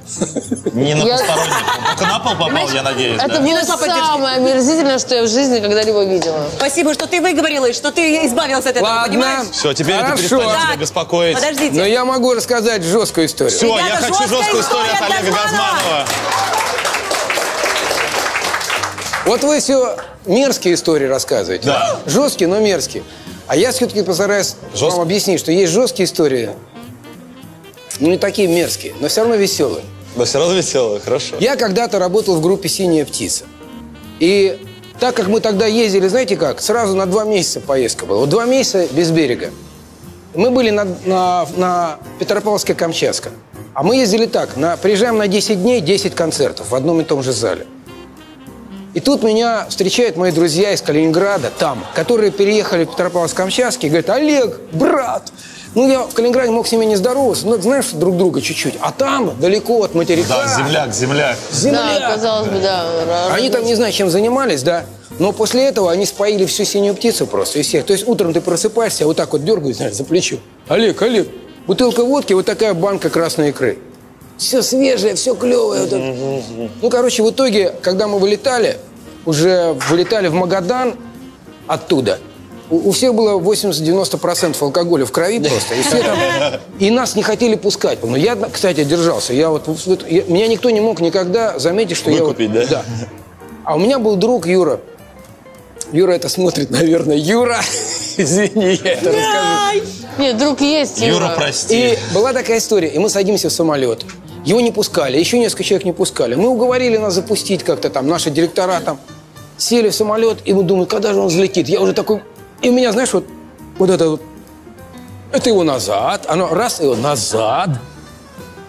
S1: Не на
S7: Я-
S1: посторонних. Он Только на пол попал, я надеюсь,
S7: Это
S1: да?
S7: было
S3: должна поддержки.
S7: самое омерзительное, что я в жизни когда-либо видела.
S3: Спасибо, что ты выговорила, и что ты избавился от этого,
S2: Ладно.
S3: понимаешь?
S1: Все, теперь это
S2: Хорошо.
S1: перестанет тебя
S3: Так,
S1: беспокоить.
S3: Подождите.
S2: Но ну, я могу рассказать жесткую историю.
S1: Все, я
S3: Ребята,
S1: хочу
S3: жесткая
S1: жесткую историю от
S3: история
S1: Олега
S3: Газманова.
S1: Газманова.
S2: Вот вы все мерзкие истории рассказываете.
S1: Да.
S2: Жесткие, но мерзкие. А я все-таки постараюсь
S1: Жестко.
S2: вам объяснить, что есть жесткие истории, ну не такие мерзкие, но все равно веселые.
S1: Да все равно весело, хорошо.
S2: Я когда-то работал в группе «Синяя птица». И так как мы тогда ездили, знаете как, сразу на два месяца поездка была. Вот два месяца без берега. Мы были на, на, на Петропавловске-Камчатском. А мы ездили так, на, приезжаем на 10 дней, 10 концертов в одном и том же зале. И тут меня встречают мои друзья из Калининграда, там, которые переехали в Петропавловск-Камчатский, и говорят, Олег, брат, ну я в Калининграде мог с ними не здороваться, но знаешь, друг друга чуть-чуть, а там, далеко от материка,
S1: Да, земляк, земляк.
S2: земля.
S7: Да, казалось бы, да.
S1: А
S7: ра-
S2: Они там не знаю, чем занимались, да. Но после этого они споили всю синюю птицу просто, и всех. То есть утром ты просыпаешься, а вот так вот дергают, знаешь, за плечо. Олег, Олег, Бутылка водки, вот такая банка красной икры. Все свежее, все клевое. вот это. Ну, короче, в итоге, когда мы вылетали, уже вылетали в Магадан оттуда. У, у всех было 80-90% алкоголя в крови просто. И, все там- и нас не хотели пускать. Но я, кстати, держался. Я вот, вот- я- меня никто не мог никогда заметить, что
S1: Выкупить,
S2: я
S1: да?
S2: вот, А у меня был друг Юра. Юра это смотрит, наверное. Юра, извини, я это
S4: Нет, друг есть.
S2: и была такая история, и мы садимся в самолет. Его не пускали, еще несколько человек не пускали. Мы уговорили нас запустить как-то там, наши директора там сели в самолет, и мы думаем, когда же он взлетит? Я уже такой... И у меня, знаешь, вот, вот это вот... Это его назад, оно раз, его назад.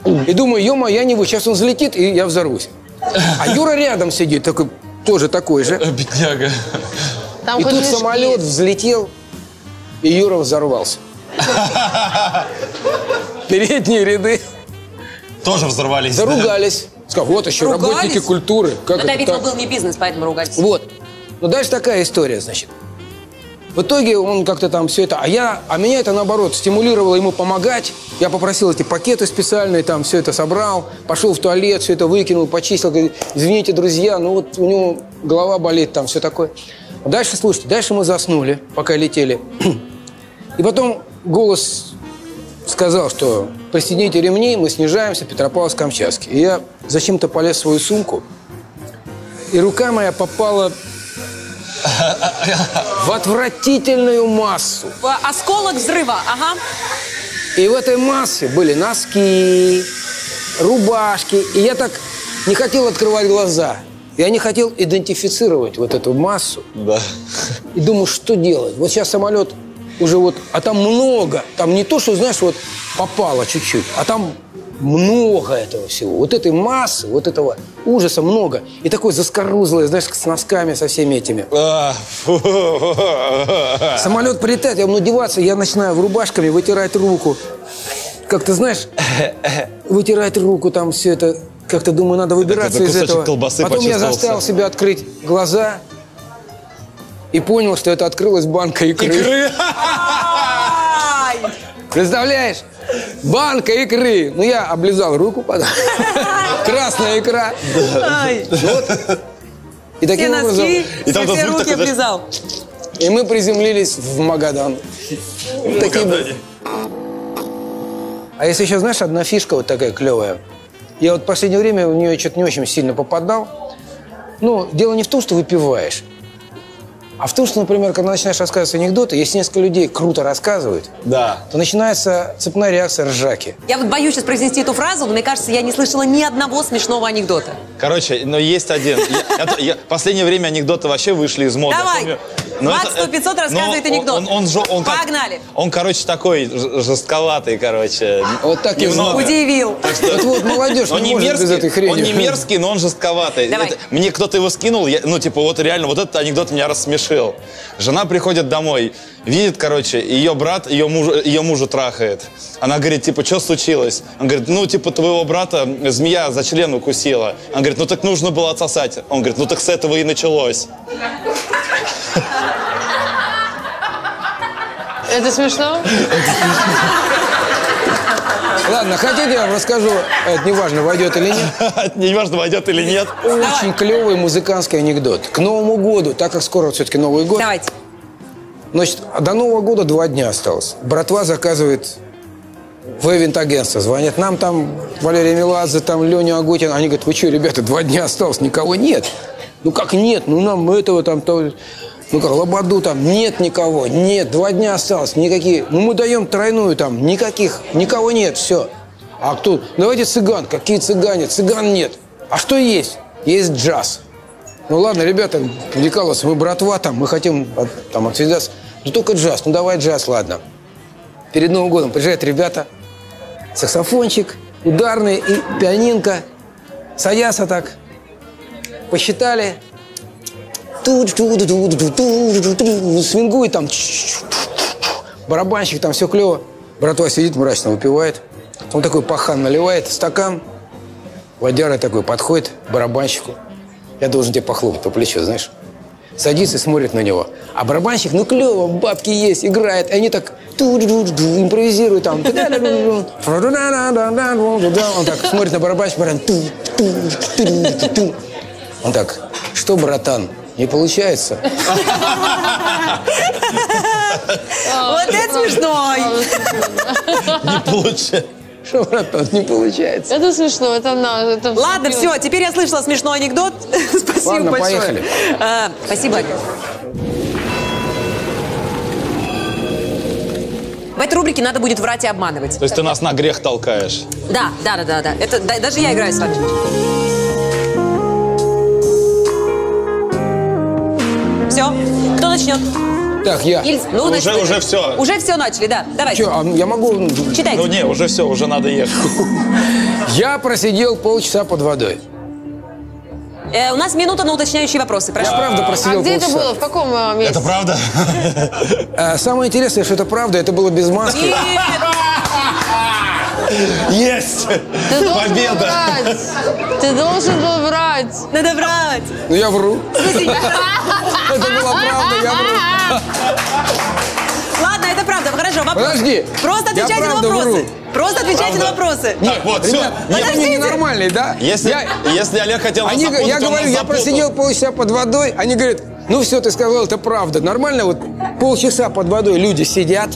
S2: И думаю, ё я не вы, сейчас он взлетит, и я взорвусь. А Юра рядом сидит, такой, тоже такой же.
S1: Э, Бедняга.
S4: Там
S2: и
S4: хоть
S2: тут
S4: мешки
S2: самолет взлетел, и Юра взорвался. Передние ряды
S1: Тоже взорвались. да?
S2: заругались. Сказал, вот еще
S3: Ругались?
S2: работники культуры. Как это
S3: Тогда, Ну, видимо,
S2: так?
S3: был не бизнес, поэтому ругались.
S2: Вот. Но дальше такая история, значит. В итоге он как-то там все это... А, я, а меня это, наоборот, стимулировало ему помогать. Я попросил эти пакеты специальные, там все это собрал, пошел в туалет, все это выкинул, почистил. Говорит, извините, друзья, ну вот у него голова болит, там все такое. Дальше, слушайте, дальше мы заснули, пока летели. И потом голос сказал, что пристегните ремни, мы снижаемся, Петропавловск-Камчатский. И я зачем-то полез в свою сумку, и рука моя попала в отвратительную массу.
S3: В- Осколок взрыва, ага.
S2: И в этой массе были носки, рубашки. И я так не хотел открывать глаза. Я не хотел идентифицировать вот эту массу.
S1: Да.
S2: И думаю, что делать? Вот сейчас самолет уже вот... А там много. Там не то, что, знаешь, вот попало чуть-чуть, а там много этого всего. Вот этой массы, вот этого ужаса много. И такой заскорузлый, знаешь, с носками, со всеми этими.
S1: А, фу. А,
S2: Самолет прилетает, я буду деваться, я начинаю в рубашками вытирать руку. Как ты знаешь, вытирать руку, там все это... Как-то думаю, надо выбираться из
S1: кусочек
S2: этого.
S1: колбасы
S2: Потом я
S1: почувствовался.
S2: заставил себя открыть глаза и понял, что это открылась банка икры.
S1: Икры.
S3: Ай!
S2: Представляешь? Банка икры. Ну, я облизал руку, потом. Красная икра.
S3: Ай!
S2: И
S3: Все
S2: таким образом...
S3: носки,
S1: И там
S3: все,
S1: тот
S3: все
S1: звук
S3: руки
S1: такой, знаешь,
S3: облизал.
S2: И мы приземлились в Магадан. Такие были. А если еще, знаешь, одна фишка вот такая клевая. Я вот в последнее время в нее что-то не очень сильно попадал. Ну, дело не в том, что выпиваешь, а в том, что, например, когда начинаешь рассказывать анекдоты, если несколько людей круто рассказывают,
S1: Да.
S2: то начинается цепная реакция ржаки.
S3: Я вот боюсь сейчас произнести эту фразу, мне кажется, я не слышала ни одного смешного анекдота.
S1: Короче, но есть один. Я- я то- я- Последнее время анекдоты вообще вышли из моды. Я
S3: Давай.
S1: помню. Но
S3: Макс
S1: это- э,
S3: 100-500
S1: но
S3: рассказывает
S1: он-
S3: анекдот.
S1: он- он жё- он так-
S3: Погнали.
S1: Он, короче, такой ж- жестковатый, короче.
S2: Вот так и
S1: Немного.
S2: знал.
S3: Удивил.
S2: Вот, вот молодежь
S1: Он
S2: не
S1: не,
S2: может без этой
S1: мерзкий,
S2: хрени.
S1: он не мерзкий, но он жестковатый.
S3: Давай.
S1: Это- мне кто-то его скинул, я- ну, типа, вот реально, вот этот анекдот меня рассмешил. Жена приходит домой, видит, короче, ее брат ее, мужа- ее мужа трахает. Она говорит, типа, что случилось? Он говорит, ну, типа, твоего брата змея за член укусила. Он говорит, ну, так нужно было отсосать. Он говорит, ну, так с этого и началось.
S4: Это смешно?
S2: Ладно, хотите, я вам расскажу, это неважно, войдет или нет.
S1: Неважно, войдет или нет.
S2: Очень клевый музыкантский анекдот. К Новому году, так как скоро все-таки Новый год,
S3: Давайте.
S2: Значит, а до Нового года два дня осталось. Братва заказывает в агентство звонят нам там Валерий Меладзе, там Леня Агутин. Они говорят, вы что, ребята, два дня осталось, никого нет. Ну как нет? Ну нам этого там, то... ну как, Лободу там, нет никого, нет, два дня осталось, никакие. Ну мы даем тройную там, никаких, никого нет, все. А кто? Давайте цыган. Какие цыгане? Цыган нет. А что есть? Есть джаз. Ну ладно, ребята, Николас, мы братва там, мы хотим от- там отсвязаться. Ну только джаз, ну давай джаз, ладно. Перед Новым годом приезжают ребята, саксофончик, ударный и пианинка. Садятся так, посчитали. Ту-ду-ду-ду-ду-ду-ду-ду-ду-ду. Свингует там. чш-чш. Барабанщик там, все клево. Братва сидит мрачно, выпивает. Он такой пахан наливает в стакан. Водяра такой подходит к барабанщику. Я должен тебе похлопать по плечу, знаешь. садится и смотрит на него. А барабанщик, ну клево, бабки есть, играет, и они так ту-ду-ду-ду, импровизируют там. Ту-ду-ду-ду. Фра-ду-ду-ду-ду-ду-ду. Он так смотрит на барабанщика, барабан. ту-ту-ту-ту-ту. Он так, что, братан, не получается?
S7: А,
S3: Вот это смешно.
S1: Не получается.
S2: Что, братан, не получается?
S4: Это смешно, это на... Это
S3: Ладно, все, теперь я слышала смешной анекдот. Спасибо
S2: Ладно,
S3: большое.
S2: поехали.
S3: А, спасибо. В этой рубрике надо будет врать и обманывать.
S1: То есть ты нас на грех толкаешь.
S3: Да, да, да, да, да. Это да- даже я играю с вами. Все. Кто начнет?
S2: Так, я.
S3: Ильз, ну,
S1: Уже-
S3: значит,
S1: уже всё.
S3: Уже все начали, да. Давай.
S2: Чё, а я могу...
S3: Читайте.
S1: Ну не, уже все, уже надо ехать.
S2: Я просидел полчаса под водой.
S3: Э, у нас минута на уточняющие вопросы.
S2: Я
S3: Прошу.
S2: правда
S4: А
S2: просидел
S4: где это
S2: полчаса.
S4: было? В каком э, месте?
S1: Это правда?
S2: А Самое интересное, что это правда, это было без маски.
S3: Нет,
S1: Есть!
S4: Ты должен был
S1: Победа!
S4: врать. Ты должен был врать.
S3: надо брать.
S2: Ну я вру.
S3: Слушайте,
S2: Это была правда, я вру.
S3: Ладно, это правда. Хорошо, вопрос.
S2: Подожди.
S3: Просто
S2: Я
S3: отвечайте на
S2: правда
S3: вопросы.
S2: вру.
S3: Просто отвечайте на вопросы.
S1: Так, вот, все.
S2: Ребят, они ненормальные, да?
S1: Если,
S2: Я,
S1: если Олег хотел нас
S2: они, г-
S1: запутать,
S2: я
S1: он нас
S2: говорю, я
S1: запутал.
S2: просидел полчаса под водой, они говорят, ну все, ты сказал, это правда. Нормально, вот полчаса под водой люди сидят,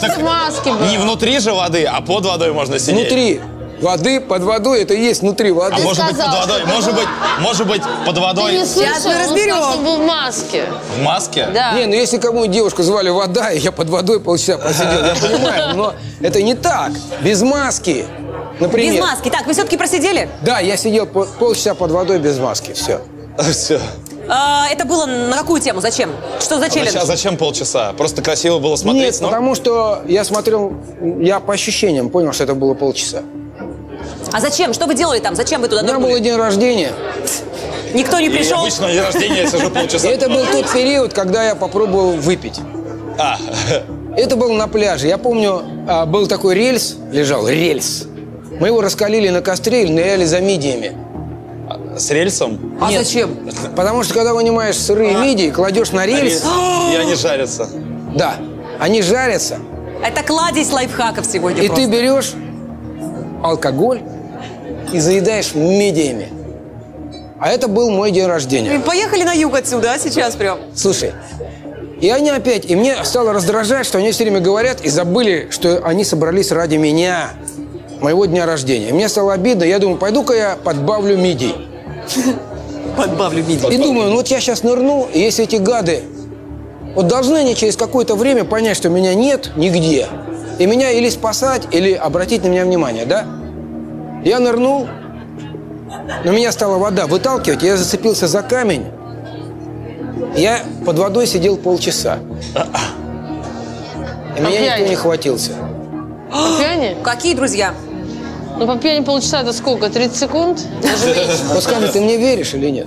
S4: Как в маске был.
S1: Не внутри же воды, а под водой можно сидеть.
S2: внутри воды, под водой, это и есть внутри воды.
S1: А может быть под
S4: сказал,
S1: водой,
S4: что-
S1: может быть, может быть под
S4: Ты не
S1: водой
S3: Сейчас
S4: слышал,
S3: мы
S4: он
S3: разберем.
S4: сказал, что был в маске.
S1: в маске?
S7: А
S4: Да.
S2: Не, ну если кому девушку звали вода, и я под водой полчаса просидел, я понимаю, но это не так. Без маски, например.
S3: Без маски. Так, вы все-таки просидели?
S2: Да, я сидел по- полчаса под водой без маски, все.
S1: Все.
S3: А, это было на какую тему? Зачем? Что
S2: А
S3: за челлендж?
S1: Зачем, зачем полчаса? Просто красиво было смотреть.
S2: Нет,
S1: ну?
S2: потому что я смотрел, я по ощущениям понял, что это было полчаса.
S3: А зачем? Что вы делали там? Зачем вы туда
S2: У меня
S3: нырнули?
S2: был день рождения,
S3: Никто не
S1: И
S3: пришел?
S1: обычно на день рождения я сижу
S2: и
S1: полчаса.
S2: это был тот период, когда я попробовал выпить.
S1: А,
S2: Это было на пляже. Я помню, а, был такой рельс, лежал, рельс. Мы его раскалили на костре или ныряли за мидиями.
S1: с рельсом?
S2: А зачем? Потому что когда вынимаешь сырые мидии, кладешь на рельс,
S1: И они жарятся.
S2: да, они жарятся,
S3: Это кладезь лайфхаков сегодня
S2: и
S3: просто.
S2: ты берешь алкоголь и заедаешь мидиями. А это был мой день рождения.
S3: И Поехали на юг отсюда, а сейчас прям.
S2: Слушай, и они опять, и мне стало раздражать, что они все время говорят и забыли, что они собрались ради меня, моего дня рождения. И мне стало обидно, я думаю, пойду-ка я подбавлю мидий.
S3: Подбавлю мидии.
S2: И думаю, ну вот я сейчас нырну, и если эти гады, вот должны они через какое-то время понять, что меня нет нигде, и меня или спасать, или обратить на меня внимание, да? Я нырнул, но меня стала вода выталкивать, я зацепился за камень, я под водой сидел полчаса. И меня никто не хватился.
S4: По пьяни?
S3: Какие друзья?
S4: Ну, по пьяни полчаса это сколько? 30 секунд? Даже меньше.
S2: Вот скажи, ты мне веришь или нет?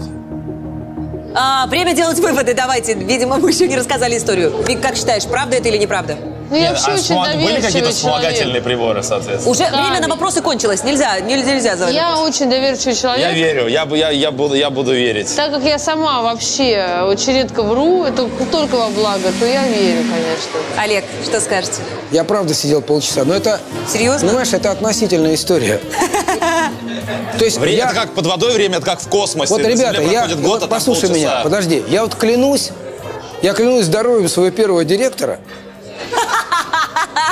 S3: А, время делать выводы, давайте. Видимо, мы еще не рассказали историю. Вик, как считаешь, правда это или неправда?
S4: Ну, я
S1: Нет,
S4: вообще
S1: а
S4: очень
S1: вспомог- были какие-то
S4: доверчивый человек.
S1: вспомогательные приборы, соответственно?
S3: Уже
S4: Да.
S3: время на вопросы кончилось. Нельзя, нельзя, нельзя задавать
S4: Я очень доверчивый
S1: Я
S4: человек.
S1: верю, я, бу- я, я, буду, я буду верить.
S4: Так как я сама вообще очень редко вру, это только во благо, то я верю, конечно.
S3: Олег, что скажете?
S2: Я правда сидел полчаса, но это...
S3: Серьезно?
S2: Понимаешь, это относительная история. То есть
S1: Время
S2: я-
S1: это как под водой, время это как в космосе.
S2: Вот,
S1: На
S2: ребята,
S1: Земле
S2: я,
S1: проходит
S2: вот
S1: год, а там
S2: послушай
S1: полчаса.
S2: меня, подожди. Я вот клянусь, я клянусь здоровьем своего первого директора,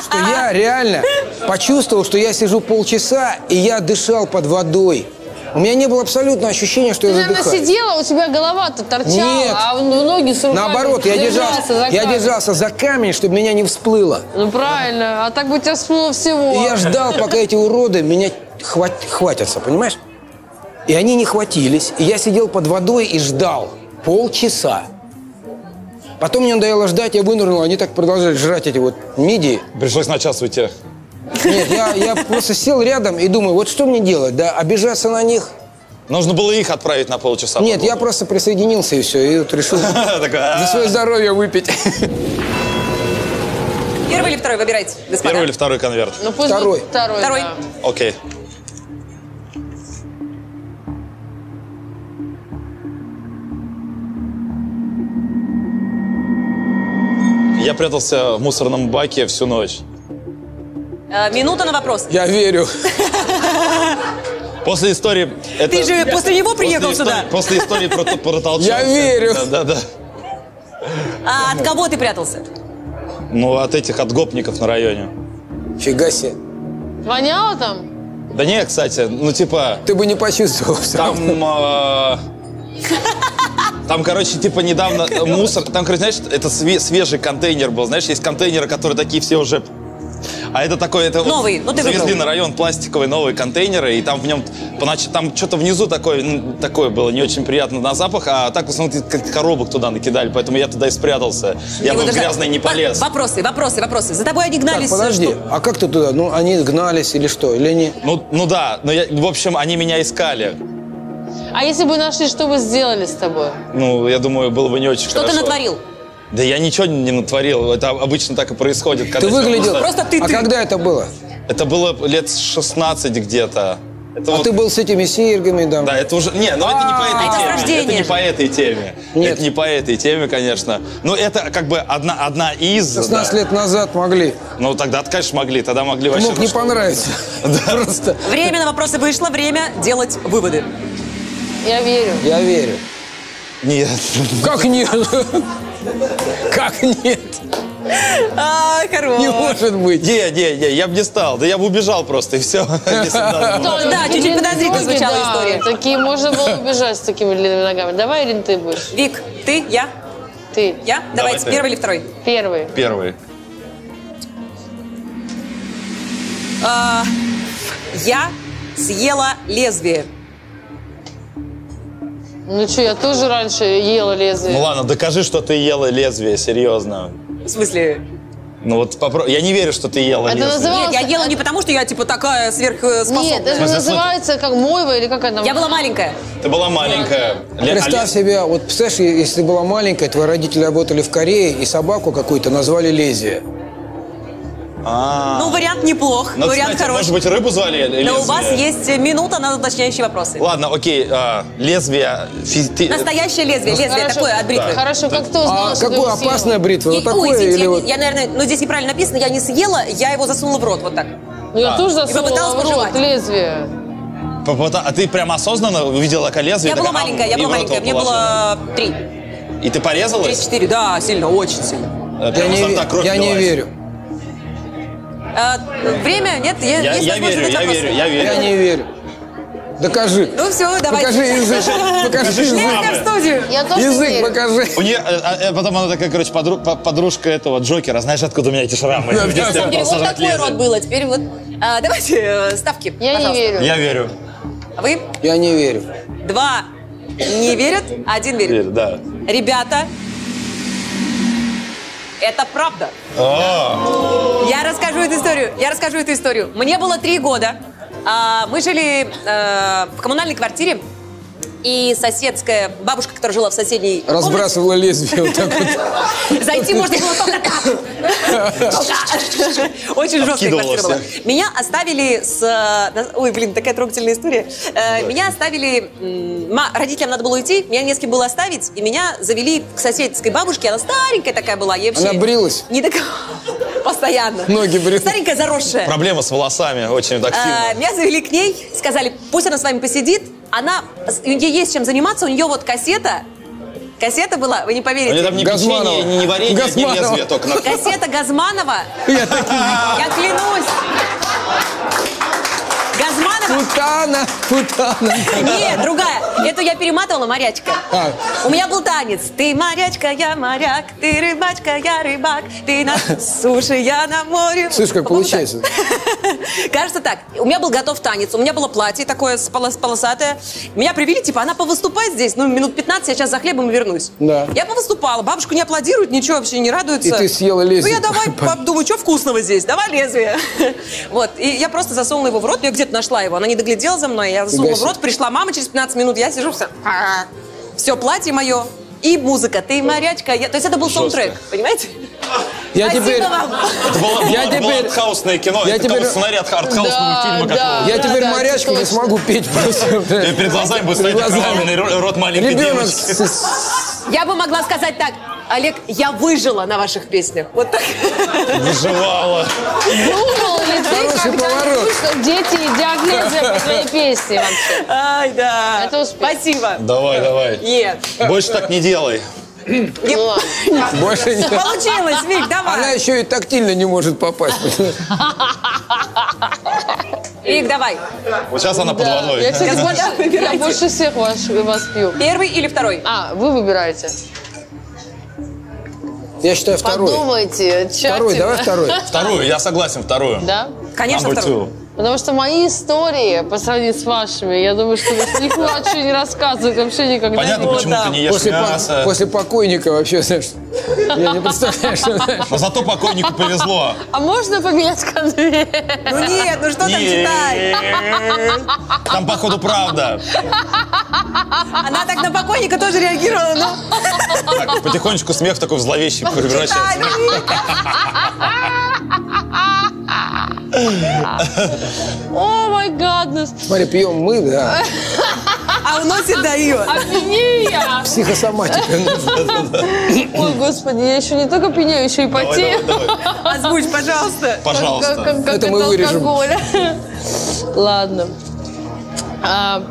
S2: что я реально почувствовал, что я сижу полчаса, и я дышал под водой. У меня не было абсолютно ощущения, что
S4: Ты,
S2: я
S4: наверное,
S2: задыхаюсь.
S4: сидела, у тебя голова-то торчала,
S2: Нет.
S4: а в- в ноги с руками
S2: Наоборот, я
S4: держался за
S2: держался, я
S4: камень.
S2: держался за камень, чтобы меня не всплыло.
S4: Ну, правильно, а так бы тебя всплыло
S2: И
S4: всего.
S2: я ждал, пока эти уроды меня хват- хватятся, понимаешь? И они не хватились. И я сидел под водой и ждал полчаса. Потом мне надоело ждать, я вынырнул, они так продолжали жрать эти вот мидии.
S1: Пришлось на час уйти.
S2: Нет, я, я просто сел рядом и думаю, вот что мне делать, да, обижаться на них?
S1: Нужно было их отправить на полчаса.
S2: Нет, я просто присоединился и все, и вот решил
S1: Такой,
S2: за
S1: «А,
S2: свое здоровье выпить. Ну.
S3: Первый или второй? Выбирайте, господа.
S1: Первый или второй конверт?
S4: Ну, пусть
S2: Второй.
S4: будет Второй.
S3: Второй.
S4: да.
S1: Окей. Я прятался в мусорном баке всю ночь.
S3: Э, Минута на вопрос.
S2: Я верю.
S1: После истории...
S3: Ты же после него приехал
S1: после
S3: сюда?
S1: истории- После истории про, про толчок.
S2: Я верю.
S1: Да, да, да.
S3: А от кого ты прятался?
S1: Ну, от этих, от гопников на районе.
S2: Фига себе.
S7: Воняло там?
S1: Да не, кстати, ну типа...
S2: Ты бы не почувствовал все
S1: Там... э, Там, короче, типа недавно э, мусор, там, короче, знаешь, это све- свежий контейнер был, знаешь, есть контейнеры, которые такие все уже... А это такой, это вот
S3: Новый, ну, ты
S1: завезли
S3: выбрал.
S1: на район пластиковые новые контейнеры, и там в нем, понач- там что-то внизу такое, ну, такое было не очень приятно на запах, а так в основном ты как коробок туда накидали, поэтому я туда и спрятался. Я бы в
S3: Подожди.
S1: грязный не
S3: Во-
S1: полез.
S3: А, Вопросы, вопросы, вопросы. За тобой они
S2: Так,
S3: гнались.
S2: подожди,
S3: что-
S2: а как ты туда? Ну, они гнались или что? Или они...
S1: Ну, ну да, но я, в общем, они меня искали.
S7: А если бы нашли, что бы сделали с тобой?
S1: Ну, я думаю, было бы не очень
S3: Что
S1: хорошо.
S3: ты натворил?
S1: Да я ничего не натворил, это обычно так и происходит. Когда
S2: Ты
S1: тебя
S2: выглядел...
S3: Просто ты-
S2: А
S3: ты.
S2: когда это было?
S1: Это было лет 16 где-то. Это
S2: А
S1: вот-
S2: ты был с этими серьгами, да?
S1: Да, это уже... Не, ну это не по этой
S3: А, это с
S1: теме.
S3: рождения
S1: не
S3: же.
S1: по этой теме.
S2: Нет.
S1: Это не по этой теме, конечно. Но это как бы одна, одна из... да.
S2: 16 лет назад могли.
S1: Ну тогда, конечно, могли. Тогда могли вообще...
S2: Мог не
S1: ну,
S2: понравиться. Просто.
S3: Время на вопросы вышло, время делать выводы.
S7: Я верю.
S2: Я верю.
S1: Нет.
S2: Как нет? Как нет?
S3: А, хорош.
S2: Не может быть.
S1: Не, не, не, я бы не стал. Да я бы убежал просто, и все.
S3: Да, чуть-чуть подозрительно
S7: Ноги,
S3: звучала
S7: да,
S3: история.
S7: Такие можно было убежать с такими длинными ногами. Давай, Ирин, ты будешь.
S3: Вик, ты, я,
S7: Ты
S3: я.
S1: Давай
S3: Давайте,
S1: ты.
S3: первый или второй?
S7: первый.
S1: Первый.
S3: А, Я съела лезвие.
S7: Ну что, я тоже раньше ела лезвие.
S1: Ну ладно, докажи, что ты ела лезвие, серьезно.
S3: В смысле?
S1: Ну вот попробуй. Я не верю, что ты ела
S3: А
S7: Это
S1: лезвие.
S7: называется-
S3: Нет, я ела не потому, что я типа такая
S7: Нет, это
S3: сверхспособная.
S7: же
S1: Смотри.
S7: называется как мойва или как она?
S3: Я была маленькая.
S1: Ты была маленькая. Ле- а
S2: Представь
S1: ле-
S2: себе, вот представляешь, е- если ты была маленькая, твои родители работали в Корее, и собаку какую-то назвали лезвие.
S1: А.
S3: Ну, вариант неплох,
S1: Ну,
S3: вариант
S1: кстати,
S3: хороший.
S1: может быть, рыбу звали? или
S3: Но у
S1: лезвие?
S3: вас есть минута на уточняющие вопросы.
S1: Ладно, окей, а, лезвие... фи- ты- э,
S3: Настоящее лезвие, лезвие
S7: Хорошо.
S3: такое от бритвы.
S7: Хорошо, как ты узнала,
S2: А
S7: что ты
S2: какое
S7: его съела?
S2: опасное бритва?
S3: И-
S2: Вот
S3: ой,
S2: такое
S3: извините,
S2: или
S3: я,
S2: вот...
S3: не- я, наверное, ну здесь неправильно написано, я не съела, я его засунула в рот, вот так.
S7: Ну, я тоже
S3: попыталась
S7: засунула в
S3: пожевать.
S7: рот лезвие.
S1: Попыта- А ты прям осознанно увидела как лезвие?
S3: я была
S1: так, а,
S3: маленькая, я
S1: и
S3: была
S1: в рот
S3: маленькая,
S1: его
S3: мне
S1: положила?
S3: было три,
S1: И ты порезалась?
S3: три-четыре, да, сильно, очень сильно.
S1: Э,
S2: Я
S1: прям изо
S2: не,
S1: рта
S2: ве-
S1: кровь
S2: я не
S1: лилась?
S2: верю.
S3: А, время? Нет? Е-
S1: Я,
S3: есть
S1: я
S3: возможность
S1: верю,
S3: задать
S1: я
S3: вопросы?
S1: верю, я верю.
S2: Я не верю. Докажи.
S3: Ну все, давайте.
S2: Покажи язык. Покажи язык.
S3: Лезвие в студию.
S7: Я тоже
S2: Язык
S7: верю.
S2: покажи.
S1: У нее, э, а, э, потом она такая, короче, подру- по- подружка этого Джокера. Знаешь, откуда у меня эти шрамы? В детстве
S3: На самом деле,
S1: пытался
S3: вот
S1: жрать
S3: такой
S1: лезвие.
S3: рот было, теперь вот. А, давайте э, ставки,
S7: Я не
S3: пожалуйста.
S7: верю.
S1: Я верю.
S3: А Вы
S2: Я не верю.
S3: два не верят, один верит.
S1: Верю, да.
S3: Ребята, это правда.
S1: О,
S3: Я расскажу эту историю. Я расскажу эту историю. Мне было три года. А, Мы жили э, в коммунальной квартире. И соседская бабушка, которая жила в соседней комнате,
S2: Разбрасывала лезвие вот так вот.
S3: Зайти можно было только так. Только. Очень жесткая
S1: Откидывала
S3: квартира была. Меня оставили с... э, Ой, блин, такая трогательная история. Э, Меня оставили... м, ма- Родителям надо было уйти, меня не с кем было оставить, и меня завели к соседской бабушке. Она старенькая такая была. ей вообще
S2: Она брилась?
S3: Не такая... Постоянно.
S2: Ноги брила.
S3: Старенькая, заросшая.
S1: проблема с волосами очень
S3: А,
S1: активно.
S3: Меня завели к ней, сказали, пусть она с вами посидит. Она, с- ей есть чем заниматься, у нее вот кассета. Кассета была, вы не
S1: У нее
S3: поверите.
S1: там не
S2: Газманова.
S1: печенье, не, не варенье, ни
S2: Газманова.
S1: лезвие только. на-
S3: Кассета Газманова.
S2: Я так...
S3: Я клянусь. Газманова.
S2: Путана, путана.
S3: Нет, другая. Эту я перематывала, морячка.
S2: А.
S3: У меня был танец. Ты морячка, я моряк. Ты рыбачка, я рыбак. Ты на суше, я на море.
S2: Слышь, как
S3: По-моему,
S2: получается.
S3: так. Кажется так. У меня был готов танец. У меня было платье такое с полос- полосатое. Меня привели, типа, она повыступает здесь. Ну, минут 15, я сейчас за хлебом и вернусь.
S2: Да.
S3: Я повыступала. Бабушку не аплодирует, ничего вообще не радуется.
S2: И ты съела лезвие.
S3: Ну, я давай пап, думаю, что вкусного здесь? Давай лезвие. Вот. И я просто засунула его в рот. Я где-то нашла его. Она не доглядела за мной. Я засунула в
S2: себе.
S3: рот. Пришла мама через 15 минут. Я сижу, все. Все, платье мое. И музыка. Ты морячка. Я... То есть это был саундтрек. Понимаете?
S2: Я
S3: Спасибо
S2: теперь...
S3: вам.
S1: Это было,
S2: Я
S1: это было
S2: теперь-
S1: артхаусное кино.
S2: Я
S1: это как
S2: теперь-
S1: сценарий от артхаусного
S7: Да,
S1: фильма
S7: да.
S1: какого-то.
S2: Я
S7: Да,
S2: теперь
S7: да,
S2: морячку не
S7: точно.
S2: смогу петь просто.
S1: И перед глазами будет стоять
S2: Глаза.
S1: окровавленный ро- рот маленькой
S2: Ребенок
S1: девочки.
S2: с- с-
S3: Я бы могла сказать так. Олег, я выжила на ваших песнях. Вот так.
S1: Выживала.
S7: Думал ли ты
S2: Хороший поворот.
S7: когда-нибудь, что дети и диагнозы по твоей песне вообще?
S3: Ай, да.
S7: Это успех.
S3: Спасибо.
S1: Давай, давай.
S3: Нет.
S1: Больше так не делай.
S7: Ну ладно.
S2: Больше нет.
S3: Получилось, Вик,
S2: Она
S3: давай.
S2: еще и тактильно не может попасть.
S3: Вик, давай.
S1: Вот сейчас она под
S7: Да,
S1: водой.
S7: Я, кстати,
S3: Господа,
S7: больше, я
S3: выбирайте.
S7: больше всех вас, вас пью.
S3: Первый или второй?
S7: А, вы выбираете.
S2: Я считаю второй.
S7: Подумайте, тщательно.
S2: Второй, давай второй.
S1: Вторую, я согласен, вторую.
S7: Да?
S3: Конечно,
S1: Number
S3: второй.
S1: two.
S7: Потому что мои истории, по сравнению с вашими, я думаю, что вы с них лучше не рассказывать вообще никогда.
S1: Понятно,
S7: не
S1: почему
S3: да.
S1: ты не ешь
S2: После, по-
S1: мясо.
S2: после покойника вообще, знаешь, я не представляю, что знаешь.
S1: Но зато покойнику повезло.
S7: А можно поменять конверт?
S3: Ну нет, ну что там читай?
S1: Нет. Там, походу, правда.
S3: Она так на покойника тоже реагировала, ну, но...
S1: Так, потихонечку смех такой в зловещий
S3: Читай,
S1: превращается.
S3: ну, Вик.
S7: О, май гаднес.
S2: Смотри, пьем мы, да.
S3: А уносит дает.
S7: А пинея!
S2: Психосоматика.
S7: Ой, господи, я еще не только пинею, еще и потею.
S1: Давай, давай, давай.
S3: Озвучь, пожалуйста.
S7: Как,
S1: Пожалуйста.
S7: как- как
S2: Это
S7: от
S2: мы вырежем.
S7: алкоголя. Ладно. А,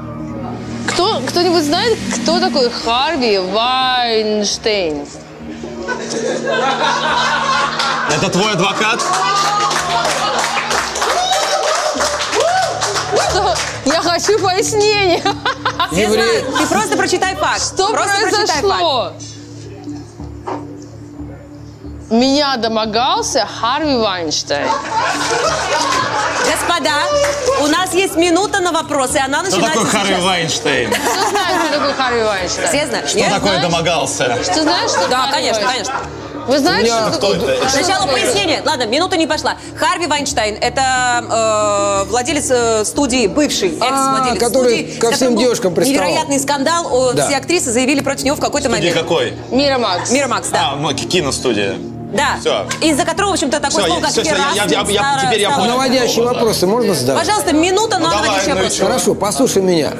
S7: кто, кто-нибудь знает, кто такой Харви Вайнштейн?
S1: Это твой адвокат?
S7: Что? Я хочу пояснения.
S2: Не ври.
S3: Ты просто прочитай факт.
S7: Что
S3: просто прочитай факт.
S7: произошло? Меня домогался Харви Вайнштейн.
S3: Господа, у нас есть минута на вопросы, она
S1: Кто
S3: начинается
S1: такой Харви
S3: сейчас.
S1: Вайнштейн?
S7: Кто знает, кто такой Харви Вайнштейн?
S3: Все знают?
S1: Кто
S3: Нет?
S1: такой
S7: знаешь?
S1: домогался?
S7: Ты знаешь, что
S3: Да,
S7: такое?
S3: конечно, конечно.
S7: Вы знаете,
S2: У меня-
S7: что
S1: Кто это? Это
S3: Сначала пояснение. Ладно, минута не пошла. Харви Вайнштейн – это э, владелец э, студии, бывший экс-владелец
S2: А, который
S3: студии.
S2: ко
S3: с которым
S2: всем
S3: был
S2: девушкам приставал.
S3: Невероятный скандал. О,
S2: Да.
S3: Все актрисы заявили против него в какой-то
S1: Студия
S3: момент.
S1: какой?
S7: Мира Макс.
S3: Мир Макс, да.
S1: А, ну, ки- киностудия.
S3: Да.
S1: Всё.
S3: Из-за которого, в общем-то, такой
S1: Всё,
S3: слово,
S1: я-
S3: как
S1: всё, всё, я- я-
S3: пиратство,
S1: я- я- теперь я
S3: стало-
S1: понял.
S2: Наводящие вопросы можно задавать?
S3: Пожалуйста, минута на
S1: давай,
S3: наводящий
S1: ну и
S3: вопрос.
S1: чё?
S2: Хорошо, послушай меня.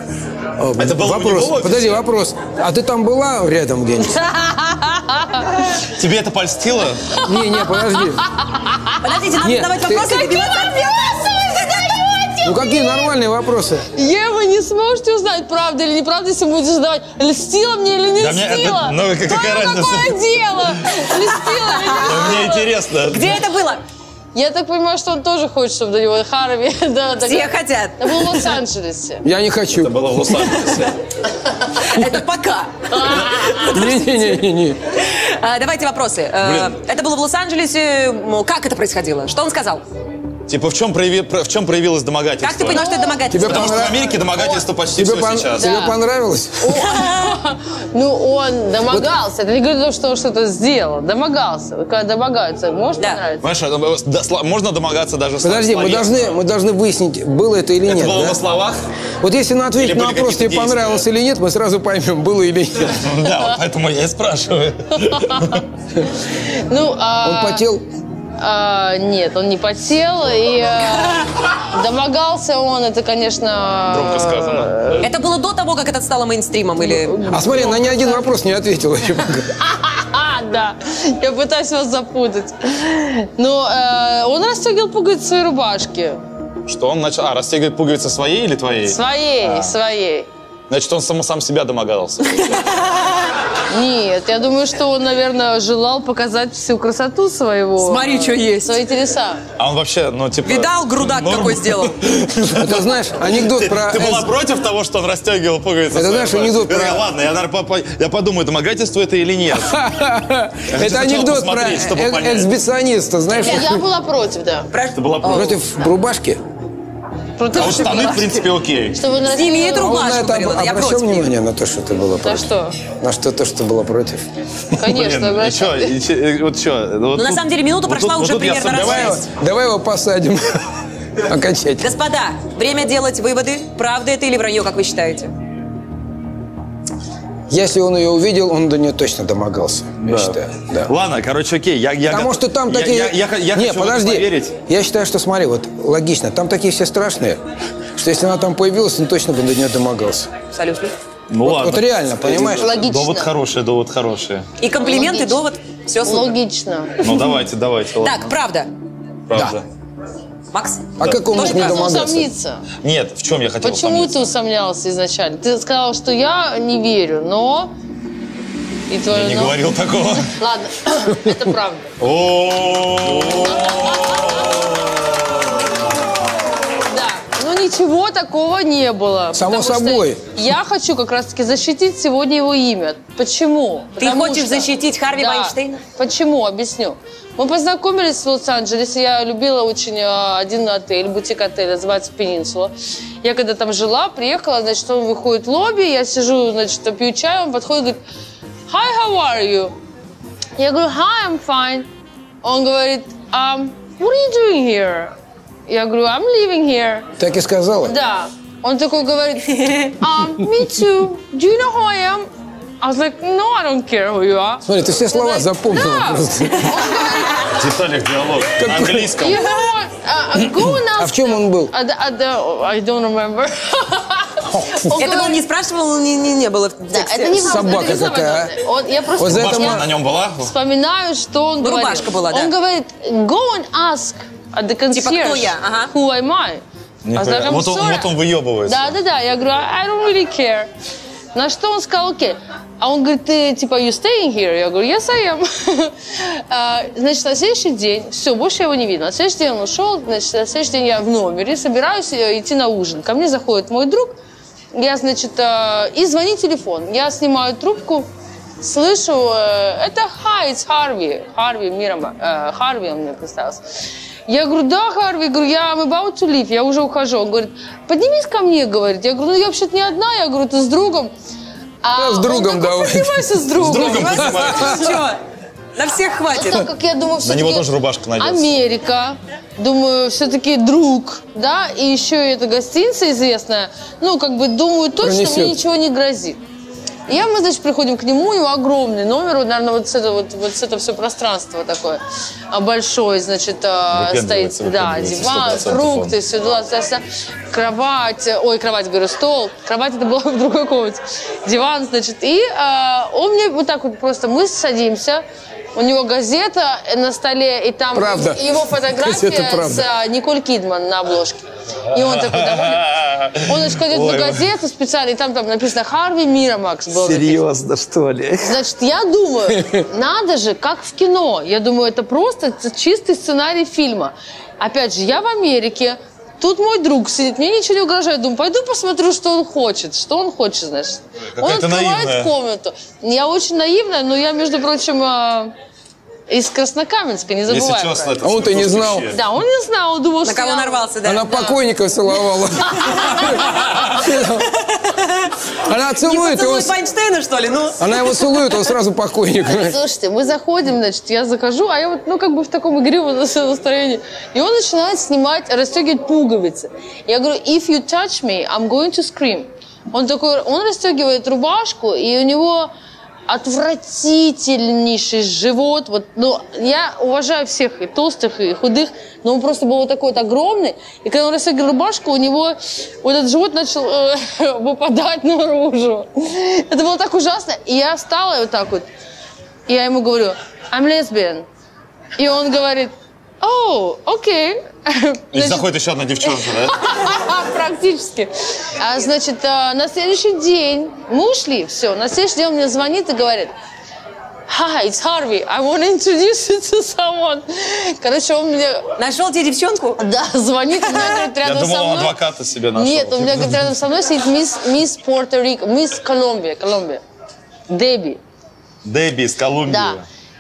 S2: Э,
S1: Это было у
S2: вопрос.
S1: него в офисе?
S2: Подожди, вопрос. А ты там была рядом где-нибудь?
S1: Тебе это польстило?
S2: Не, не, подожди.
S3: Подождите, надо
S2: Нет,
S3: задавать
S2: ты-
S3: вопросы. и добиваться
S2: Ну какие нормальные вопросы?
S7: Ева, не сможете узнать, правда или неправда, если будете задавать, льстила мне или не
S1: Да мне-
S7: льстила.
S1: ну, какая
S7: Твоё
S1: разница?
S7: какое дело? Льстила или не
S1: Да Мне
S7: льстила?
S1: интересно.
S3: Где это было?
S7: Я так понимаю, что он тоже хочет, чтобы до него Харви. Да, так-
S3: Все хотят.
S7: Это Ну, было в Лос-Анджелесе.
S2: Я не хочу.
S1: Это было в Лос-Анджелесе.
S3: Это пока.
S2: Не-не-не-не.
S3: А, Давайте вопросы. Э, Это было в Лос-Анджелесе. М, Как это происходило? Что он сказал?
S1: Типа, в чем, прояви- про- в чем проявилось домогательство?
S3: Как ты понял, что это
S2: Тебе
S3: домогательство?
S1: Потому что в Америке домогательство почти
S2: Тебе
S1: все
S2: пон-
S1: сейчас.
S2: тебе
S7: Да.
S2: понравилось?
S7: Ну, он домогался. Это не говорит, о том, что он что-то сделал. Домогался. Вот Когда домогаются, может
S3: Да.
S7: понравиться?
S1: Понимаешь, это, э, да, сла- можно домогаться даже с-
S2: Подожди, мы
S1: словесно.
S2: должны, мы должны выяснить, было это или
S1: Это
S2: нет.
S1: было
S2: да?
S1: на словах?
S2: Вот если на ответить
S1: Или
S2: на
S1: были
S2: вопрос, тебе
S1: какие-то действия?
S2: понравилось или нет, мы сразу поймем, было или нет.
S1: Ну Да, вот поэтому я и спрашиваю.
S7: Ну, а...
S2: Он потел.
S7: а, нет, он не потел. И а, домогался он, это, конечно...
S1: Громко сказано.
S3: Это было до того, как это стало мейнстримом? Или...
S2: А смотри, на ни один вопрос не ответила. еще пока.
S7: А, да. Я пытаюсь вас запутать. Но э, он расстегивал пуговицы своей рубашки.
S1: Что он начал... А, расстегивает пуговицы своей или твоей?
S7: Своей,
S1: А.
S7: своей.
S1: Значит, он сам, сам себя домогался.
S7: Нет, я думаю, что он, наверное, желал показать всю красоту своего.
S3: Смотри,
S7: э,
S3: что есть.
S7: Свои телеса.
S1: А он вообще, ну, типа...
S3: Видал, грудак
S1: норм.
S3: какой сделал?
S2: Это знаешь, анекдот
S1: Ты,
S2: про...
S1: ты была
S2: Элс-
S1: против того, что он расстегивал пуговицы?
S2: Это
S1: своей
S2: знаешь,
S1: рубашки?
S2: анекдот
S1: Я
S2: про-
S1: такая, Ладно, я, наверное, по- по- я подумаю, домогательство это или нет. хочу
S2: Это
S1: сначала
S2: анекдот про
S1: посмотреть, чтобы
S2: э-
S1: понять.
S2: эксбициониста, знаешь?
S7: Я была против, да.
S1: Ты
S2: А
S1: была против.
S2: Против рубашки?
S7: Против,
S1: А вот штаны, в принципе, окей.
S7: чтобы он
S2: А
S3: Снимет
S7: расстегивал-
S2: он
S3: рубашку,
S2: на это об-
S3: говорила, да, я
S2: обращал
S3: против.
S2: внимание на то, что ты была
S7: Да
S2: против?
S7: что?
S2: На что то, что ты была против?
S7: Конечно,
S1: Блин, ну и
S7: обращал.
S1: чё, и чё, и вот чё, вот
S3: Ну, на
S1: тут-
S3: самом деле, минута
S1: вот
S3: прошла
S1: тут-
S3: уже
S1: вот тут я
S3: примерно раз
S1: сомневаюсь.
S3: шесть.
S2: Давай его посадим. Окончательно.
S3: Господа, время делать выводы. Правда это или вранье, как вы считаете?
S2: Если он ее увидел, он до нее точно домогался, я считаю. Да.
S1: Ладно, короче, окей. Я, я
S2: Потому
S1: готов-
S2: что там
S1: я-
S2: такие...
S1: Я, я, я
S2: Не,
S1: хочу в это
S2: подожди.
S1: поверить.
S2: Я считаю, что, смотри, вот логично, там такие все страшные, что если она там появилась, он точно бы до нее домогался.
S3: Абсолютно.
S1: Ну
S2: вот,
S1: ладно.
S2: вот реально, понимаешь?
S1: Довод хороший, довод хороший.
S3: И комплименты, довод, все супер.
S7: Логично.
S1: Ну давайте, давайте.
S3: Так,
S1: ладно.
S3: правда.
S1: Правда.
S3: Макс?
S1: А Да. как он мог
S7: Тоже
S1: не
S7: как-то
S1: домогаться?
S7: усомниться?
S1: Нет, в чем я хотел
S7: Почему
S1: усомниться?
S7: ты усомнялся изначально? Ты сказал, что я не верю, но... И твое
S1: Я не
S3: ну.
S7: «но».
S1: говорил такого.
S7: Ладно, это правда. Да. Ну ничего такого не было.
S2: Само
S7: потому что
S2: собой.
S7: Я хочу как раз-таки защитить сегодня его имя. Почему?
S3: Ты хочешь защитить Харви
S7: да.
S3: Вайнштейна?
S7: Почему? Объясню. Мы познакомились в Лос-Анджелесе. Я любила очень э, один отель, бутик отель, называется Пенинсула. Я когда там жила, приехала, значит, он выходит в лобби, я сижу, значит, пью чай, он подходит и говорит, «Hi, how are you?» Я говорю, hi, I'm fine. Он говорит, um, what are you doing here? Я говорю, I'm living here.
S2: Так и сказала?
S7: Да. Он такой говорит, um, me too. Do you know who I am? I was like, no, I don't care who you are.
S2: Смотри, ты все слова запомнила
S7: Да.
S2: просто.
S1: В деталях диалог. На английском.
S7: You know what? Uh, go now.
S2: А в чем он был?
S7: I, d- I d- I don't remember. Он
S3: Этого он не спрашивал, не, не, не было в
S7: Да,
S3: тексте.
S7: это не важно,
S2: Собака
S7: это не самое
S2: какая, а?
S7: главное. Он- я А просто
S2: Вот за это
S1: Рубашка
S2: ма-
S1: А на нем была?
S7: вспоминаю, что он
S3: Ну,
S7: говорит.
S3: рубашка была, да.
S7: Он говорит, go and ask at the concierge.
S3: Типа, кто я? Ага.
S7: Who am I? А I was like,
S1: Нихуя.
S7: I'm
S1: Вот он,
S7: sorry.
S1: вот он выебывается.
S7: Да, да, да. Я говорю, I don't really care. На что он сказал, окей. А он говорит, ты типа, you staying here? Я говорю, yes, I am. А, значит, на следующий день, все, больше я его не видела. На следующий день он ушел, значит, на следующий день я в номере, собираюсь э, идти на ужин. Ко мне заходит мой друг, я, значит, э, и звонит телефон. Я снимаю трубку, слышу, э, это Hi, it's Harvey. Harvey Мирама, э, Harvey он мне представился. Я говорю, да, Харви, говорю, я I'm about to leave, я уже ухожу. Он говорит, поднимись ко мне, говорит. Я говорю, ну я вообще-то не одна, я говорю, ты с другом. А
S2: Да, с
S7: он
S2: другом
S7: такой,
S2: давай.
S7: Поднимайся с другом.
S3: Все, на всех
S7: Ну,
S3: хватит.
S7: так как я думаю,
S1: На него
S7: всё-таки
S1: тоже рубашка найдется.
S7: Америка, думаю, все-таки друг, да, и еще и эта гостиница известная, ну, как бы думаю точно, мне
S2: Пронесет.
S7: ничего не грозит. И Я, мы, значит, приходим к нему, у него огромный номер, вот, наверное, вот с этого, вот, вот с этого все пространство такое а, большое, значит, а, стоит,
S1: Выпендривается,
S7: да,
S1: выпендривается,
S7: диван,
S1: 100%
S7: фрукты, все дела, вся- вся- кровать, э, ой, кровать, говорю, стол, кровать это была в другой комнате, диван, значит, и а, он мне вот так вот просто, мы садимся, у него газета на столе, и там
S2: Правда.
S7: его фотография
S2: Газета «Правда».
S7: с а, Николь Кидман на обложке. И он такой довольный. Он значит, кладет на
S1: Ой,
S7: газету специально, и там, там написано «Харви Мирамакс» был написан.
S5: Серьезно, что ли?
S7: Значит, я думаю, надо же, как в кино. Я думаю, это просто ц- чистый сценарий фильма. Опять же, я в Америке, тут мой друг сидит, мне ничего не угрожает. Думаю, пойду посмотрю, что он хочет. Что он хочет, значит. Он
S1: какая ты
S7: открывает
S1: наивная.
S7: комнату. Я очень наивная, но я, между прочим, э, из Краснокаменска, не забывай.
S1: Если
S7: про
S1: честно,
S7: это.
S1: это
S2: А он-то не знал.
S1: вообще.
S7: Да, он не знал, он думал,
S3: На
S7: что
S3: кого
S7: я-
S3: нарвался, да.
S2: Она покойников целовала. Она
S3: Не
S2: целует его.
S3: поцелуй Вайнштейна, что ли? Ну,
S2: Она его целует, он сразу покойник.
S7: Слушайте, мы заходим, значит, я захожу, а я вот, ну, как бы в таком игривом настроении. И он начинает снимать, расстегивать пуговицы. Я говорю, if you touch me, I'm going to scream. Он такой, он расстегивает рубашку, и у него отвратительнейший живот. Вот, ну, я уважаю всех, и толстых, и худых, но он просто был вот такой вот огромный. И когда он расстегивал рубашку, у него вот этот живот начал э, выпадать наружу. Это было так ужасно. И я встала и вот так вот. И я ему говорю, I'm lesbian. И он говорит, о, окей.
S1: И
S7: Значит,
S1: заходит еще одна девчонка, да?
S7: Практически. А, значит, а, на следующий день мы ушли, все. На следующий день он мне звонит и говорит, Hi, it's Harvey. I want to introduce you to someone. Короче, он мне
S3: нашел тебе девчонку?
S7: да, звонит, у меня, говорит,
S1: Я
S7: рядом
S1: думал,
S7: со
S1: он
S7: мной.
S1: адвоката себе нашел.
S7: ну, Нет, у меня говорит, рядом со мной сидит мисс, мисс Порто-Рико, мисс Колумбия, Колумбия. Дебби.
S1: Дебби из Колумбии.
S7: Да.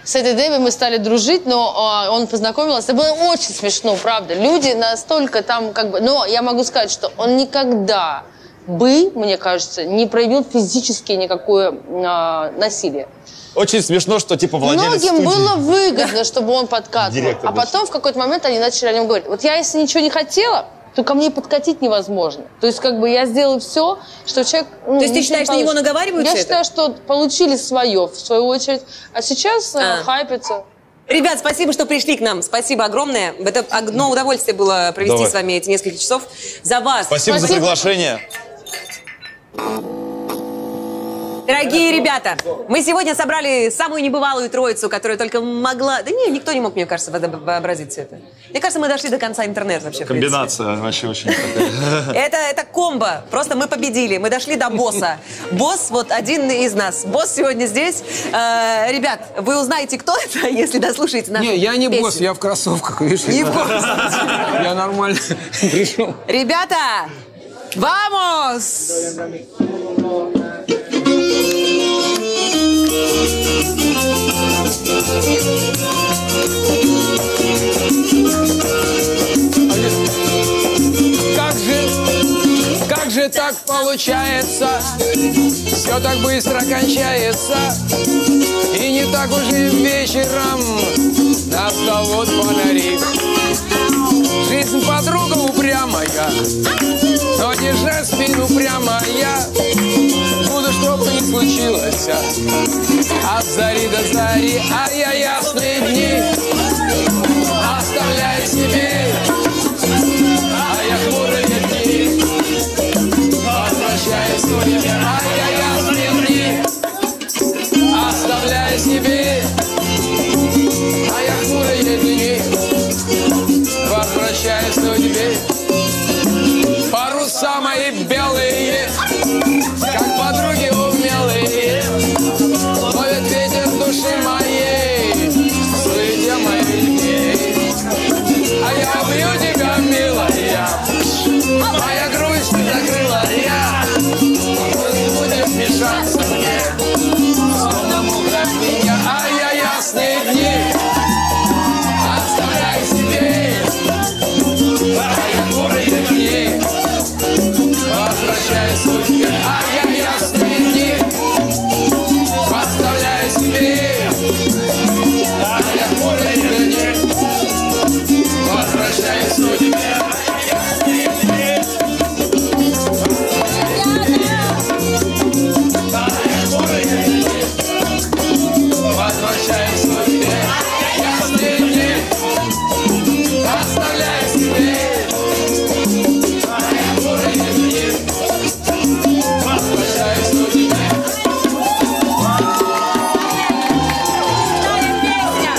S7: С этой Дэви мы стали дружить, но а, он познакомился. Это было очень смешно, правда. Люди настолько там как бы... Но я могу сказать, что он никогда бы, мне кажется, не проявил физически никакое а, насилие.
S1: Очень смешно, что типа владелец
S7: Многим
S1: студии.
S7: было выгодно, чтобы он подкатывал.
S1: Директор
S7: а потом в какой-то момент они начали о нем говорить. Вот я, если ничего не хотела, то ко мне и подкатить невозможно. То есть, как бы я сделала все, что человек... ну,
S3: То есть ты считаешь, на него наговаривают
S7: Я
S3: все это?
S7: считаю, что получили свое, в свою очередь. А сейчас э,
S3: А.
S7: хайпятся.
S3: Ребят, спасибо, что пришли к нам. Спасибо огромное. Это одно удовольствие было провести
S1: Давай.
S3: с вами эти несколько часов. За вас.
S1: Спасибо за
S7: Спасибо.
S1: приглашение.
S3: Дорогие ребята, мы сегодня собрали самую небывалую троицу, которая только могла... Да не, никто не мог, мне кажется, водо- вообразить все это. Мне кажется, мы дошли до конца интернета вообще. в принципе.
S1: Комбинация вообще очень такая.
S3: Это, это комбо. Просто мы победили. Мы дошли до босса. Босс вот один из нас. Босс сегодня здесь. Э, ребят, вы узнаете, кто это, если дослушаете нашу
S2: Не, я не
S3: песню.
S2: босс, я в кроссовках, видишь?
S3: Не
S2: ребята? Я нормально пришел.
S3: Ребята, вамос!
S2: Как же, как же так получается? Все так быстро кончается. И не так уж и вечером настал фонари. Жизнь подруга упрямая, но держа спину прямо я. Буду, что бы ни случилось, а. от зари до зари, а я ясные дни оставляю себе. А я хмурые дни Возвращаюсь в время А я ясные дни Оставляю себе А я хмурые дни Возвращаюсь в судьбе Паруса мои белые Как подруги умелые Ловит ветер души моей Суете моей любви а я люблю тебя, милая Моя грусть ты закрыла я Не будем мешаться мне Словно муха в меня А я ясные дни Оставляй себе А я бурые дни Возвращай судьбе А я ясные дни Оставляй себе А я бурые дни Возвращай судьбе Возвращаюсь в тебе, ясные дни, оставляй себе. Бурые дни, возвращаюсь в тебе.
S3: Песня!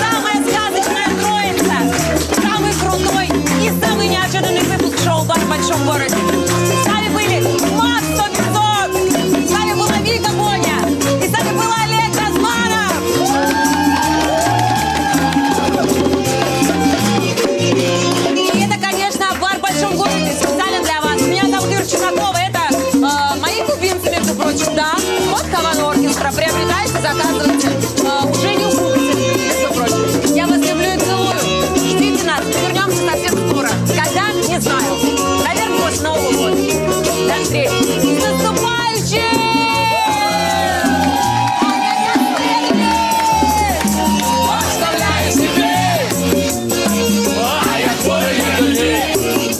S3: Самая сказочная троица! Самый крутой и самый неожиданный выпуск шоу «Бар в большом городе». С нами были Макс Топиток, с нами была Вика Боня и с нами был Олег Газманов. И это, конечно, «Бар в большом городе» специально для вас. Меня зовут Юра Чеснокова. Это э, мои кубинцы, между прочим, да. Вот Хавана Оркестра. Приобретайте, заказывайте. Э, уже не укупите, между прочим. Я вас люблю и целую. Ждите нас. Мы вернемся совсем скоро. Когда? Не знаю. Наверное, после Нового года. До встречи. С наступающим!
S2: Оставляй себе, а я хворые дни.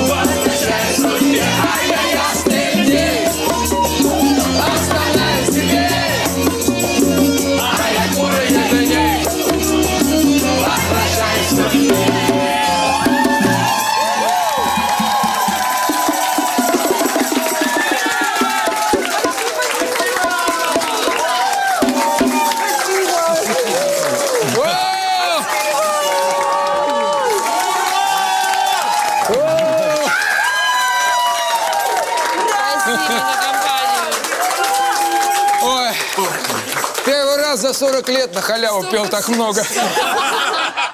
S2: Возвращай судьбе, а я ясные дни. Оставляй себе, а я хворые дни. Возвращай судьбе. Ой, первый раз за 40 лет на халяву пел так много.